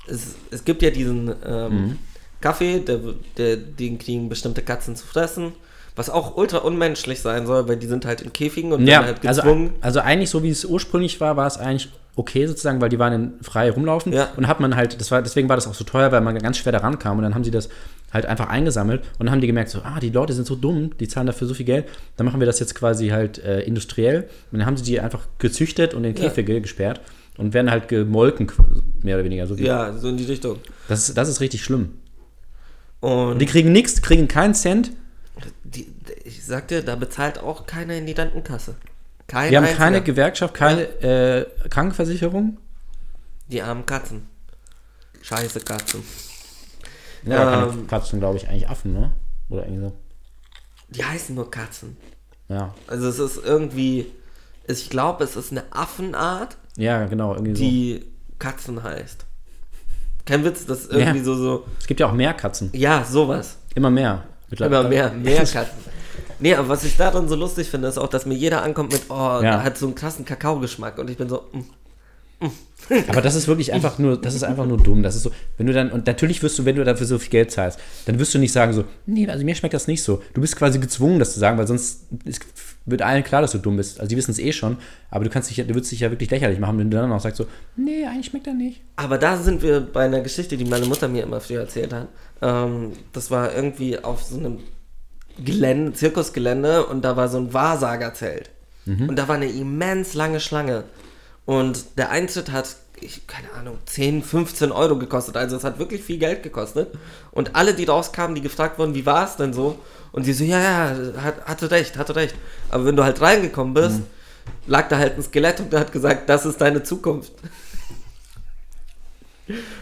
S3: es, es gibt ja diesen ähm,
S2: Mhm.
S3: Kaffee, der, der, den kriegen bestimmte Katzen zu fressen, was auch ultra unmenschlich sein soll, weil die sind halt in Käfigen und
S2: Ja,
S3: werden halt
S2: also,
S3: gezwungen.
S2: also eigentlich so wie es ursprünglich war, war es eigentlich okay sozusagen, weil die waren in frei rumlaufen
S3: Ja.
S2: und hat man halt, das war, deswegen war das auch so teuer, weil man ganz schwer da rankam und dann haben sie das halt einfach eingesammelt und dann haben die gemerkt, so, ah, die Leute sind so dumm, die zahlen dafür so viel Geld, dann machen wir das jetzt quasi halt äh, industriell und dann haben sie die einfach gezüchtet und in
S3: Ja.
S2: Käfige gesperrt und werden halt gemolken, mehr oder weniger. So wie,
S3: ja, so in die Richtung.
S2: das, ist, das ist richtig schlimm.
S3: Und
S2: Und die kriegen nichts, kriegen keinen Cent,
S3: die, ich sag dir, da bezahlt auch keiner in die Rentenkasse. Kein
S2: wir haben
S3: einziger.
S2: keine Gewerkschaft, keine äh, Krankenversicherung,
S3: Die armen Katzen. Scheiße Katzen.
S2: ja, aber keine
S3: Ähm.
S2: Katzen, glaube ich, eigentlich Affen, ne? Oder irgendwie so.
S3: Die heißen nur Katzen.
S2: Ja.
S3: Also es ist irgendwie, ich glaube, es ist eine Affenart,
S2: Ja, genau, irgendwie so.
S3: die Katzen heißt. Kein Witz, das ist irgendwie
S2: Ja.
S3: so, so,
S2: Es gibt ja auch mehr Katzen.
S3: ja, sowas.
S2: Immer mehr.
S3: Immer mehr, mehr Katzen. Nee, aber was ich daran so lustig finde, ist auch, dass mir jeder ankommt mit, oh, der hat so einen krassen Kakaogeschmack. Und ich bin so, mm,
S2: Aber das ist wirklich einfach nur, das ist einfach nur dumm. Das ist so, wenn du dann, und natürlich wirst du, wenn du dafür so viel Geld zahlst, dann wirst du nicht sagen so, nee, also mir schmeckt das nicht so. Du bist quasi gezwungen, das zu sagen, weil sonst ist, wird allen klar, dass du dumm bist. Also die wissen es eh schon, aber du kannst dich, ja- du würdest dich ja wirklich lächerlich machen, wenn du dann auch sagst so, nee, eigentlich schmeckt er nicht.
S3: Aber da sind wir bei einer Geschichte, die meine Mutter mir immer früher erzählt hat. Ähm, das war irgendwie auf so einem Gelände, Zirkusgelände und da war so ein Wahrsagerzelt. Und da war eine immens lange Schlange. Und der Eintritt hat, ich, keine Ahnung, 10, 15 Euro gekostet. Also es hat wirklich viel Geld gekostet. Und alle, die rauskamen, die gefragt wurden, wie war es denn so? Und die so, ja, ja, hat, hatte recht, hatte recht. Aber wenn du halt reingekommen bist, lag da halt ein Skelett und der hat gesagt, das ist deine Zukunft.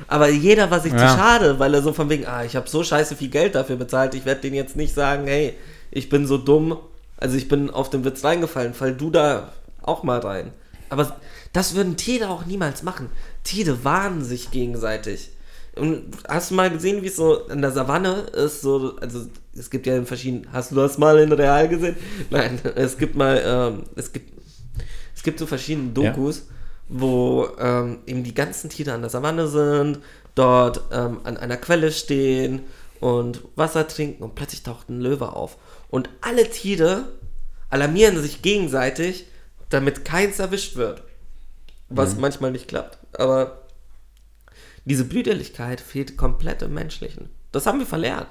S3: Aber jeder war sich zu
S2: Ja.
S3: schade, weil er so von wegen, ah, ich habe so scheiße viel Geld dafür bezahlt, ich werde denen jetzt nicht sagen, hey, ich bin so dumm, also ich bin auf den Witz reingefallen, fall du da auch mal rein. Aber das würden Tiere auch niemals machen. Tiere warnen sich gegenseitig. Und hast du mal gesehen, wie es so in der Savanne ist, so, also es gibt ja in verschiedenen, hast du das mal in Real gesehen? Nein, es gibt mal, ähm, es gibt, es gibt so verschiedene Dokus, wo ähm, eben die ganzen Tiere an der Savanne sind, dort ähm, an einer Quelle stehen und Wasser trinken und plötzlich taucht ein Löwe auf. Und alle Tiere alarmieren sich gegenseitig, damit keins erwischt wird. Was manchmal nicht klappt. Aber diese Brüderlichkeit fehlt komplett im Menschlichen. Das haben wir verlernt.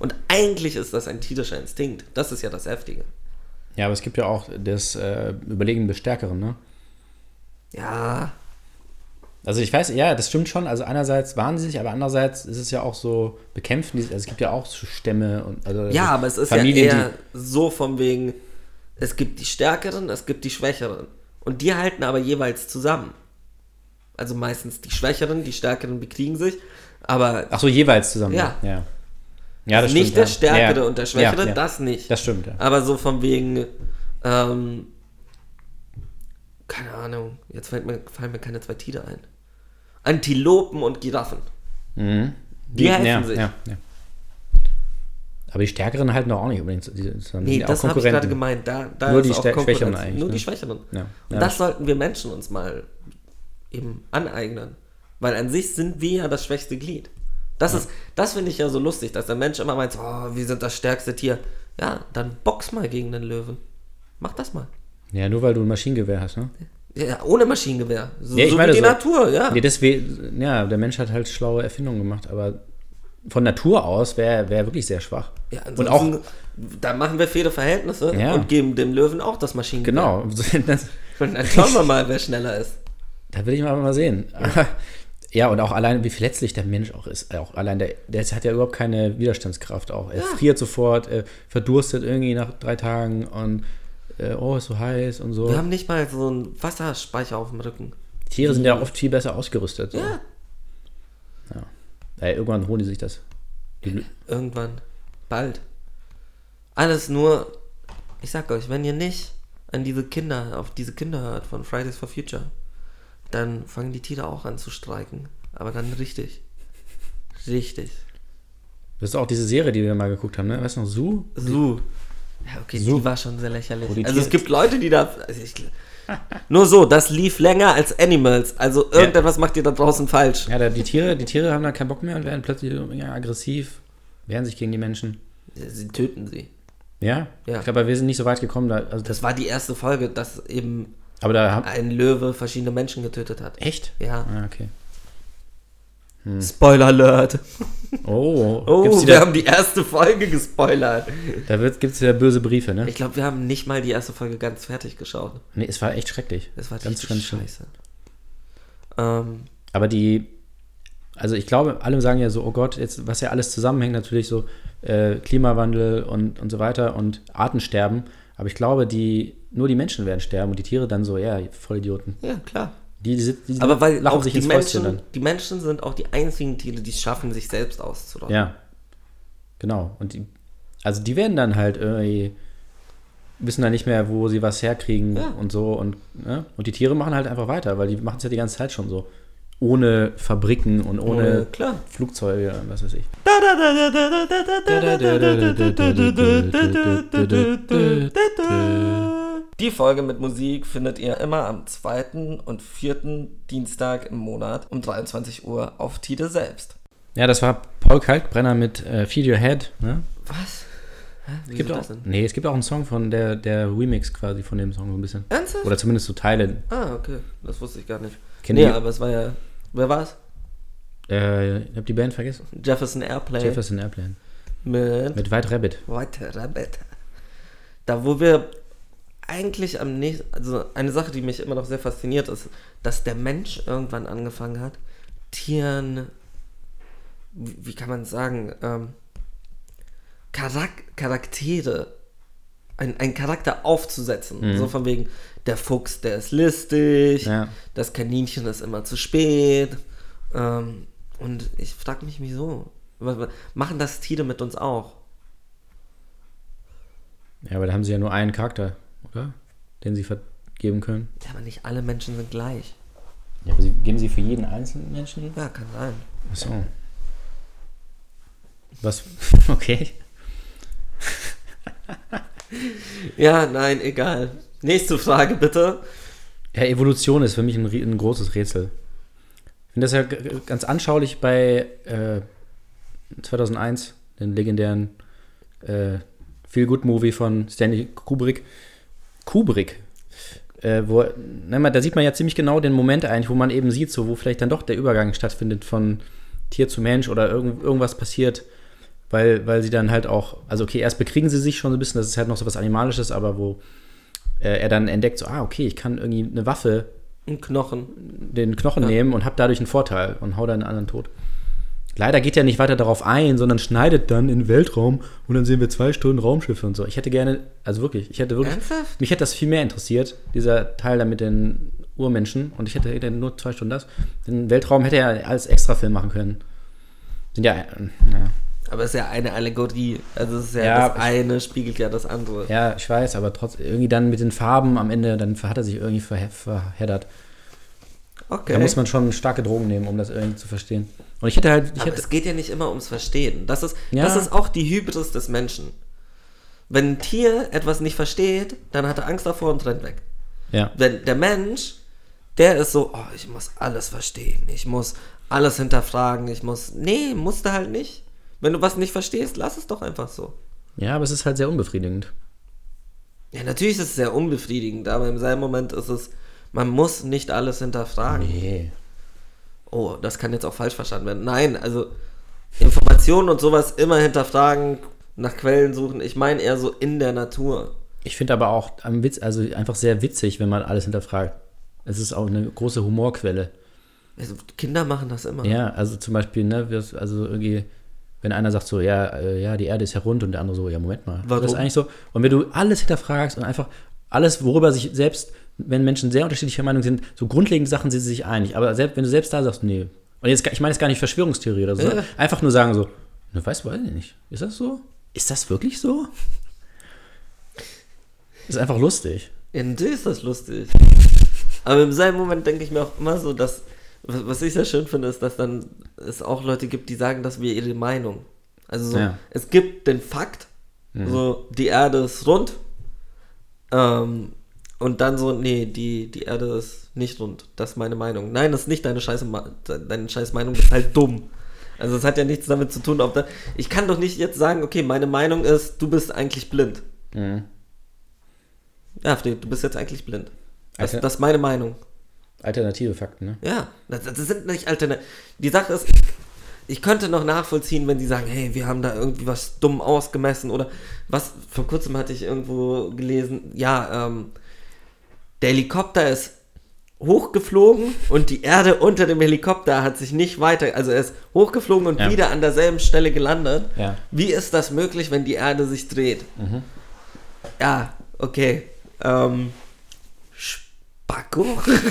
S3: Und eigentlich ist das ein tierischer Instinkt. Das ist ja das Heftige.
S2: Ja, aber es gibt ja auch das äh, Überlegen des Stärkeren, ne?
S3: Ja,
S2: Also ich weiß, ja, das stimmt schon. Also einerseits waren sie sich, aber andererseits ist es ja auch so bekämpfen. die- Also es gibt ja auch so Stämme und also
S3: Ja, aber es ist
S2: Familien,
S3: ja eher so von wegen, es gibt die Stärkeren, es gibt die Schwächeren. Und die halten aber jeweils zusammen. also meistens die Schwächeren, die Stärkeren bekriegen sich, aber
S2: Ach so, jeweils zusammen.
S3: Ja. Also
S2: Ja, ja das
S3: nicht
S2: stimmt.
S3: der
S2: ja.
S3: Stärkere
S2: ja.
S3: und der Schwächere,
S2: ja, ja.
S3: das nicht.
S2: Das stimmt, ja.
S3: Aber so von wegen, ähm, keine Ahnung, jetzt fällt mir, fallen mir keine zwei Tiere ein. Antilopen und Giraffen. Die helfen
S2: Mhm. ja,
S3: sich.
S2: Ja, ja. Aber die Stärkeren halten doch auch nicht unbedingt zusammen. Die
S3: Nee,
S2: sind ja
S3: das
S2: auch
S3: habe ich gerade
S2: Konkurrenten.
S3: gemeint. Da, da
S2: Nur
S3: ist
S2: die
S3: auch
S2: Stär-
S3: Konkurrenz.
S2: Schwächeren eigentlich,
S3: Nur
S2: ne?
S3: die Schwächeren.
S2: Ja.
S3: Und
S2: Ja,
S3: das sollten wir Menschen uns mal eben aneignen. Weil an sich sind wir ja das schwächste Glied. Das ist, das finde ich ja so lustig, dass der Mensch immer meint, so, oh, wir sind das stärkste Tier. Ja, dann box mal gegen den Löwen. Mach das mal.
S2: Ja, nur weil du ein Maschinengewehr hast, ne?
S3: Ja, ohne Maschinengewehr. So,
S2: Ja, ich
S3: so
S2: meine
S3: wie die
S2: so.
S3: Natur, ja.
S2: Nee, deswegen, ja, der Mensch hat halt schlaue Erfindungen gemacht, aber von Natur aus wäre er wär wirklich sehr schwach.
S3: ja
S2: und auch,
S3: ansonsten, da machen wir faire Verhältnisse
S2: Ja.
S3: und geben dem Löwen auch das Maschinengewehr.
S2: genau, das,
S3: Und dann schauen wir mal, wer schneller ist.
S2: da will ich mal, mal sehen. Ja. und auch allein, wie verletzlich der Mensch auch ist. Auch allein, der, der hat ja überhaupt keine Widerstandskraft auch. Er friert sofort, er verdurstet irgendwie nach drei Tagen und äh, oh, ist so heiß und so.
S3: Wir haben nicht mal so einen Wasserspeicher auf dem Rücken.
S2: Tiere sind ja oft viel besser ausgerüstet. So.
S3: Ja.
S2: Ey, irgendwann holen die sich das. Die Lü-
S3: Irgendwann. Bald. Alles nur, ich sag euch, wenn ihr nicht an diese Kinder, auf diese Kinder hört von Fridays for Future, dann fangen die Tiere auch an zu streiken. Aber dann richtig. Richtig.
S2: Das ist auch diese Serie, die wir mal geguckt haben, ne? Weißt du noch, Zoo?
S3: So. Ja, okay,
S2: So.
S3: die war schon sehr lächerlich.
S2: Wo die
S3: Also
S2: Tiere-
S3: es gibt Leute, die da. Also ich, nur so, das lief länger als Animals. Also irgendetwas macht ihr da draußen falsch.
S2: Ja, da, die, Tiere, die Tiere haben da keinen Bock mehr und werden plötzlich ja, aggressiv, wehren sich gegen die Menschen.
S3: Sie töten sie.
S2: Ja?
S3: Ja.
S2: Ich glaube, wir sind nicht so weit gekommen. Da, also das,
S3: Das war die erste Folge, dass eben
S2: aber da haben.
S3: ein Löwe verschiedene Menschen getötet hat.
S2: Echt?
S3: Ja.
S2: Ah, okay.
S3: Spoiler Alert.
S2: Oh,
S3: Oh,
S2: gibt's
S3: wir
S2: wieder,
S3: haben die erste Folge gespoilert.
S2: da gibt es wieder böse Briefe, ne?
S3: Ich glaube, wir haben nicht mal die erste Folge ganz fertig geschaut.
S2: Nee, es war echt schrecklich.
S3: Das war
S2: ganz,
S3: richtig
S2: ganz schlimm.
S3: scheiße. Ähm,
S2: Aber die, also ich glaube, alle sagen ja so, oh Gott, jetzt, was ja alles zusammenhängt, natürlich so äh, Klimawandel und, und so weiter und Artensterben. Aber ich glaube, die, nur die Menschen werden sterben und die Tiere dann so, ja, Vollidioten.
S3: ja, klar.
S2: Die, die, die
S3: Aber weil
S2: lachen
S3: auch
S2: sich
S3: die,
S2: ins Fäustchen
S3: Menschen,
S2: dann.
S3: die Menschen sind auch die einzigen Tiere, die es schaffen, sich selbst auszurotten.
S2: Ja. Genau. Und die, also die werden dann halt irgendwie, wissen dann nicht mehr, wo sie was herkriegen
S3: Ja.
S2: und so. Und, ne? und die Tiere machen halt einfach weiter, weil die machen es ja die ganze Zeit schon so. Ohne Fabriken und ohne,
S3: Ohne- klar.
S2: Flugzeuge und was weiß ich.
S3: Die Folge mit Musik findet ihr immer am zweiten und vierten Dienstag im Monat um 23 Uhr auf Tide selbst.
S2: Ja, das war Paul Kalkbrenner mit äh, Feed Your Head. Ne?
S3: Was? Hä? Wieso
S2: Gibt auch,
S3: das denn?
S2: nee, es gibt auch einen Song von der, der Remix quasi von dem Song so ein bisschen.
S3: Ernsthaft?
S2: Oder zumindest so Teile.
S3: Ah, okay. Das wusste ich gar nicht.
S2: Kennt
S3: nee,
S2: ihr-
S3: aber es war ja. Wer war's?
S2: Äh, ich habe die Band vergessen.
S3: Jefferson Airplane
S2: Jefferson Airplane.
S3: mit
S2: Mit White Rabbit.
S3: White Rabbit. Da, wo wir eigentlich am nächsten, also eine Sache, die mich immer noch sehr fasziniert, ist, dass der Mensch irgendwann angefangen hat, Tieren, wie, wie kann man sagen, ähm, Charak Charaktere, ein, einen Charakter aufzusetzen. So von wegen, der Fuchs, der ist listig,
S2: Mhm. Ja.
S3: das Kaninchen ist immer zu spät. Ähm, und ich frage mich, wieso? Wa- wa- Machen das Tiere mit uns auch?
S2: Ja, aber da haben sie ja nur einen Charakter, oder? Den sie vergeben können.
S3: Ja, aber nicht alle Menschen sind gleich.
S2: Ja, aber sie, geben sie für jeden einzelnen Menschen?
S3: Ja, kann sein.
S2: Achso. Was? Okay.
S3: Ja, nein, egal. Nächste Frage bitte.
S2: Ja, Evolution ist für mich ein, rie- ein großes Rätsel. Ich finde das ja g- g- ganz anschaulich bei äh, 2001, den legendären äh, Feel-Good-Movie von Stanley Kubrick. Kubrick. Äh, wo, na, man- da sieht man ja ziemlich genau den Moment eigentlich, wo man eben sieht, so, wo vielleicht dann doch der Übergang stattfindet von Tier zu Mensch oder irgend, irgendwas passiert, weil, weil sie dann halt auch, also okay, erst bekriegen sie sich schon so ein bisschen, das ist halt noch so was Animalisches, aber wo äh, er dann entdeckt, so, ah, okay, ich kann irgendwie eine Waffe
S3: Ein Knochen.
S2: den Knochen nehmen und habe dadurch einen Vorteil und hau dann einen anderen tot. Leider geht er nicht weiter darauf ein, sondern schneidet dann in den Weltraum und dann sehen wir zwei Stunden Raumschiffe und so. Ich hätte gerne, also wirklich, ich hätte wirklich,
S3: Ernsthaft?
S2: mich hätte das viel mehr interessiert, dieser Teil da mit den Urmenschen und ich hätte hätte nur zwei Stunden das. Den Weltraum hätte er als Extrafilm machen können. Sind ja, äh, naja.
S3: Aber es ist ja eine Allegorie. Also es ist ja,
S2: Ja,
S3: das
S2: ich-
S3: eine spiegelt ja das andere.
S2: ja, ich weiß, aber trotzdem, irgendwie dann mit den Farben am Ende, dann hat er sich irgendwie verhe- verheddert.
S3: Okay.
S2: Da muss man schon starke Drogen nehmen, um das irgendwie zu verstehen. Und ich hätte halt, ich
S3: Aber
S2: hätte,
S3: es geht ja nicht immer ums Verstehen. Das ist,
S2: Ja.
S3: das ist auch die Hybris des Menschen. Wenn ein Tier etwas nicht versteht, dann hat er Angst davor und rennt weg.
S2: ja.
S3: Wenn der Mensch, der ist so, oh, ich muss alles verstehen, ich muss alles hinterfragen, ich muss. Nee, musst du halt nicht. Wenn du was nicht verstehst, lass es doch einfach so.
S2: Ja, aber es ist halt sehr unbefriedigend.
S3: Ja, natürlich ist es sehr unbefriedigend, aber im selben Moment ist es, man muss nicht alles hinterfragen.
S2: Nee.
S3: Oh, das kann jetzt auch falsch verstanden werden. Nein, also Informationen und sowas immer hinterfragen, nach Quellen suchen. Ich meine eher so in der Natur.
S2: Ich finde aber auch am Witz, also einfach sehr witzig, wenn man alles hinterfragt. Es ist auch eine große Humorquelle.
S3: Also, Kinder machen das immer.
S2: Ja, also zum Beispiel, ne, wir- also irgendwie, wenn einer sagt so, ja, äh, ja, die Erde ist ja rund und der andere so, ja, Moment mal,
S3: Warum?
S2: das ist eigentlich so. Und wenn du alles hinterfragst und einfach alles, worüber sich selbst, wenn Menschen sehr unterschiedlicher Meinung sind, so grundlegende Sachen sind sie sich einig. Aber selbst, wenn du selbst da sagst, nee, und jetzt, ich meine jetzt gar nicht Verschwörungstheorie oder so, sondern einfach nur sagen so, ne, weiß, weiß ich nicht, ist das so? Ist das wirklich so? Ist einfach lustig.
S3: Ja, natürlich ist das lustig. Aber im selben Moment denke ich mir auch immer so, dass, was was ich sehr schön finde, ist, dass dann es auch Leute gibt, die sagen, dass wir ihre Meinung. Also so,
S2: Ja.
S3: es gibt den Fakt, so, die Erde ist rund. Ähm, und dann so, nee, die, die Erde ist nicht rund. Das ist meine Meinung. Nein, das ist nicht deine scheiße Ma- de- deine scheiß Meinung, du bist halt dumm. Also es hat ja nichts damit zu tun, ob da, ich kann doch nicht jetzt sagen, okay, meine Meinung ist, du bist eigentlich blind. Ja, Fred, du bist jetzt eigentlich blind. Das,
S2: Alter.
S3: das ist meine Meinung.
S2: Alternative Fakten, ne?
S3: Ja, das, das sind nicht Alternativen. Die Sache ist, ich könnte noch nachvollziehen, wenn die sagen, hey, wir haben da irgendwie was dumm ausgemessen oder was, vor kurzem hatte ich irgendwo gelesen, ja, ähm, der Helikopter ist hochgeflogen und die Erde unter dem Helikopter hat sich nicht weiter, also er ist hochgeflogen und
S2: Ja.
S3: wieder an derselben Stelle gelandet.
S2: Ja. Mhm.
S3: Wie ist das möglich, wenn die Erde sich dreht? Ja, okay. Ähm, Spacko?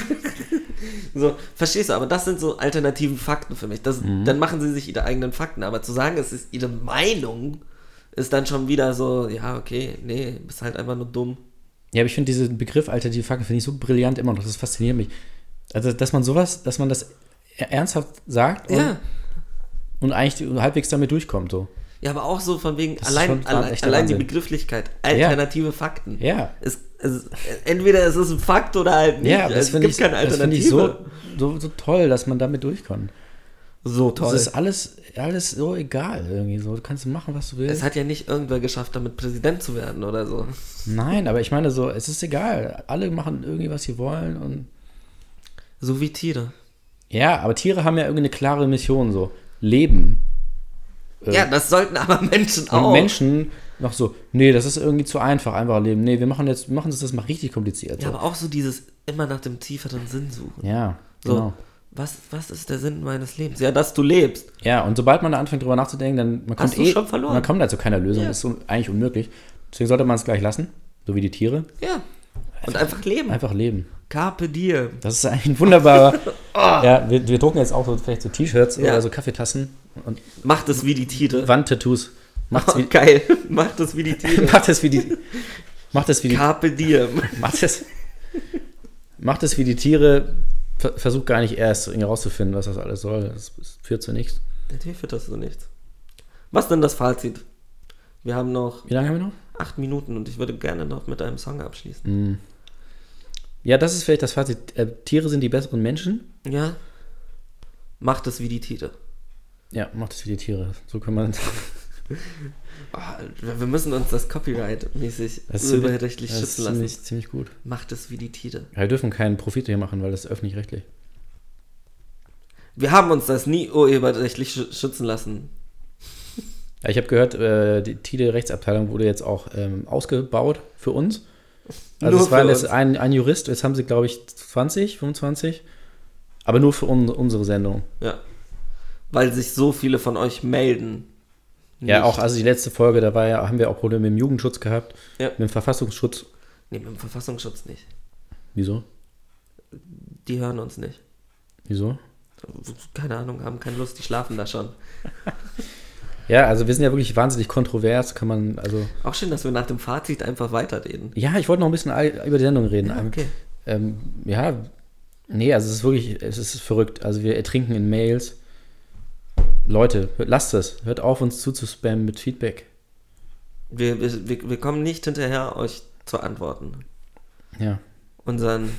S3: so, verstehst du, aber das sind so alternativen Fakten für mich. Das,
S2: Mhm.
S3: Dann machen sie sich ihre eigenen Fakten. Aber zu sagen, es ist ihre Meinung, ist dann schon wieder so, ja, okay, nee, bist halt einfach nur dumm.
S2: Ja, aber ich finde diesen Begriff alternative Fakten finde ich so brillant immer noch. Das fasziniert mich. Also, dass man sowas, dass man das er- ernsthaft sagt und,
S3: Ja.
S2: und eigentlich halbwegs damit durchkommt. So.
S3: Ja, aber auch so von wegen,
S2: Das ist
S3: allein,
S2: schon ein
S3: allein,
S2: echter
S3: allein die
S2: Wahnsinn.
S3: Begrifflichkeit, alternative Fakten.
S2: Ja.
S3: Es, es, entweder es ist ein Fakt oder halt nicht.
S2: Ja, aber das
S3: es
S2: finde
S3: gibt
S2: ich,
S3: keine
S2: das find
S3: Alternative.
S2: ich so, so, so toll, dass man damit durchkommt.
S3: so toll.
S2: Das ist alles, alles so egal irgendwie. So. Du kannst machen, was du
S3: Es
S2: willst.
S3: hat ja nicht irgendwer geschafft, damit Präsident zu werden oder so.
S2: Nein, aber ich meine so, es ist egal. Alle machen irgendwie, was sie wollen und
S3: So wie Tiere.
S2: ja, aber Tiere haben ja irgendeine klare Mission so. Leben.
S3: Ja, das sollten aber Menschen
S2: Und
S3: auch.
S2: Menschen noch so, nee, das ist irgendwie zu einfach, einfach leben. Nee, wir machen jetzt, wir machen das, das mal richtig kompliziert.
S3: Ja,
S2: So.
S3: aber auch so dieses immer nach dem tieferen Sinn suchen.
S2: Ja,
S3: So,
S2: genau.
S3: was, was ist der Sinn meines Lebens? Ja, dass du lebst.
S2: Ja, und sobald man da anfängt, drüber nachzudenken, dann man
S3: Hast
S2: kommt
S3: du
S2: eh,
S3: schon verloren.
S2: man kommt da zu keiner Lösung.
S3: Ja.
S2: Das ist so, eigentlich unmöglich. Deswegen sollte man es gleich lassen, so wie die Tiere.
S3: Ja. Und einfach leben.
S2: Einfach leben.
S3: Carpe diem.
S2: Das ist eigentlich ein wunderbarer. Ja, wir, wir drucken jetzt auch so vielleicht so T-Shirts
S3: Oh. Ja.
S2: oder so Kaffeetassen und
S3: Macht es wie die Tiere.
S2: Wandtattoos. Macht's
S3: Oh,
S2: wie,
S3: geil. Macht es wie die Tiere.
S2: macht es wie die. Macht es wie die.
S3: Carpe diem.
S2: Macht es, macht es wie die Tiere. Ver, versucht gar nicht erst irgendwie rauszufinden, was das alles soll. Das, das führt zu nichts.
S3: Natürlich wird das so nichts. Was denn das Fazit? Wir haben noch
S2: Wie lange haben wir noch?
S3: acht Minuten und ich würde gerne noch mit einem Song abschließen.
S2: Ja, das ist vielleicht das Fazit. Äh, Tiere sind die besseren Menschen.
S3: Ja? Macht es wie die Tiere.
S2: Ja, macht es wie die Tiere. So kann man.
S3: Oh, wir wir müssen uns das Copyright-mäßig urheberrechtlich
S2: das ist
S3: schützen lassen.
S2: ziemlich, ziemlich gut.
S3: Macht es wie die Tiere.
S2: Ja, wir dürfen keinen Profit hier machen, weil das ist öffentlich-rechtlich.
S3: Wir haben uns das nie urheberrechtlich schü- schützen lassen.
S2: Ja, ich habe gehört, äh, die Tide-Rechtsabteilung wurde jetzt auch ähm, ausgebaut für uns. Also
S3: Nur
S2: es war
S3: für
S2: jetzt
S3: uns.
S2: ein, ein Jurist, jetzt haben sie, glaube ich, 20, 25. Aber nur für un unsere Sendung.
S3: Ja. Weil sich so viele von euch melden.
S2: Ja,
S3: Nicht-
S2: auch, also die letzte Folge, da war ja, haben wir auch Probleme mit dem Jugendschutz gehabt,
S3: Ja.
S2: mit dem Verfassungsschutz.
S3: Nee, mit dem Verfassungsschutz nicht.
S2: Wieso?
S3: die hören uns nicht.
S2: Wieso?
S3: Keine Ahnung, haben keine Lust, die schlafen da schon.
S2: Ja, also wir sind ja wirklich wahnsinnig kontrovers, kann man, also.
S3: Auch schön, dass wir nach dem Fazit einfach weiterreden.
S2: Ja, ich wollte noch ein bisschen all- über die Sendung reden.
S3: Ja, okay.
S2: Ähm, ja, nee, also es ist wirklich, es ist verrückt. Also wir ertrinken in Mails. Leute, hört- lasst es. Hört auf, uns zuzuspammen mit Feedback.
S3: Wir, wir, wir- wir kommen nicht hinterher, euch zu antworten.
S2: Ja.
S3: Unseren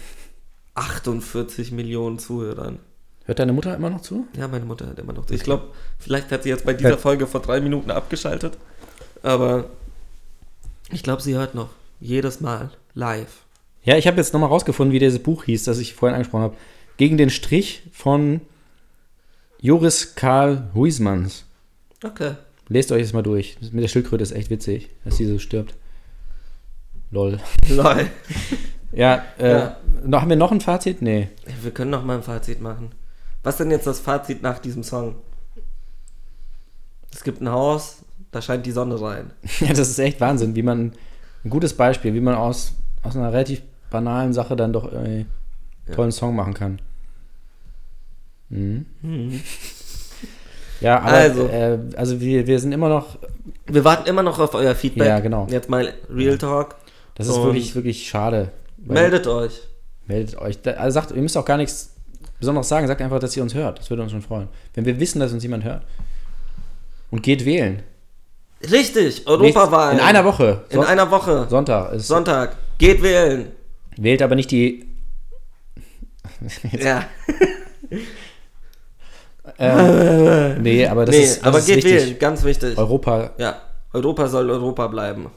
S3: 48 Millionen Zuhörern.
S2: Hört deine Mutter immer noch zu?
S3: Ja, meine Mutter hat immer noch. Ich glaube, vielleicht hat sie jetzt bei dieser Folge vor drei Minuten abgeschaltet. Aber ich glaube, sie hört noch. Jedes Mal. Live.
S2: Ja, ich habe jetzt nochmal rausgefunden, wie dieses Buch hieß, das ich vorhin angesprochen habe. Gegen den Strich von Joris Karl Huismans.
S3: Okay.
S2: Lest euch das mal durch. Das mit der Schildkröte ist echt witzig, dass sie so stirbt. Lol.
S3: Lol.
S2: Ja, äh,
S3: Ja.
S2: Noch, haben wir noch ein Fazit? Nee.
S3: Wir können noch mal ein Fazit machen. Was denn jetzt das Fazit nach diesem Song? Es gibt ein Haus, da scheint die Sonne rein.
S2: Ja, das ist echt Wahnsinn, wie man ein gutes Beispiel, wie man aus, aus einer relativ banalen Sache dann doch irgendwie einen
S3: Ja.
S2: tollen Song machen kann. Mhm. Ja, aber also,
S3: Also.
S2: äh, also wir, wir sind immer noch,
S3: Wir warten immer noch auf euer Feedback.
S2: Ja, genau.
S3: Jetzt mal Real Talk.
S2: das ist
S3: Und
S2: wirklich, wirklich schade. weil-
S3: Meldet euch.
S2: meldet euch. Da, also sagt, ihr müsst auch gar nichts Besonderes sagen, sagt einfach, dass ihr uns hört. Das würde uns schon freuen. Wenn wir wissen, dass uns jemand hört. Und geht wählen.
S3: Richtig, Europawahl.
S2: In einer Woche.
S3: In
S2: Son-
S3: einer Woche.
S2: Sonntag. Ist,
S3: Sonntag. Geht wählen.
S2: Wählt aber nicht die.
S3: Ja.
S2: Ähm, nee, aber das
S3: nee,
S2: ist, das
S3: aber
S2: ist
S3: geht
S2: wichtig.
S3: wählen. Ganz wichtig.
S2: Europa,
S3: ja. Europa soll Europa bleiben.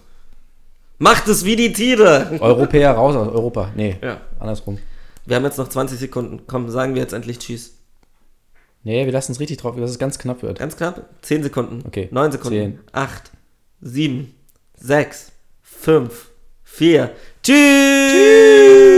S3: Macht es wie die Tiere.
S2: Europäer raus aus Europa. Nee,
S3: Ja.
S2: andersrum.
S3: Wir haben jetzt noch 20 Sekunden. Komm, sagen wir jetzt endlich Tschüss.
S2: Nee, wir lassen es richtig drauf, dass es ganz knapp wird.
S3: Ganz knapp. 10 Sekunden.
S2: Okay.
S3: 9 Sekunden.
S2: Zehn.
S3: 8, 7, 6, 5, 4. Tschüss.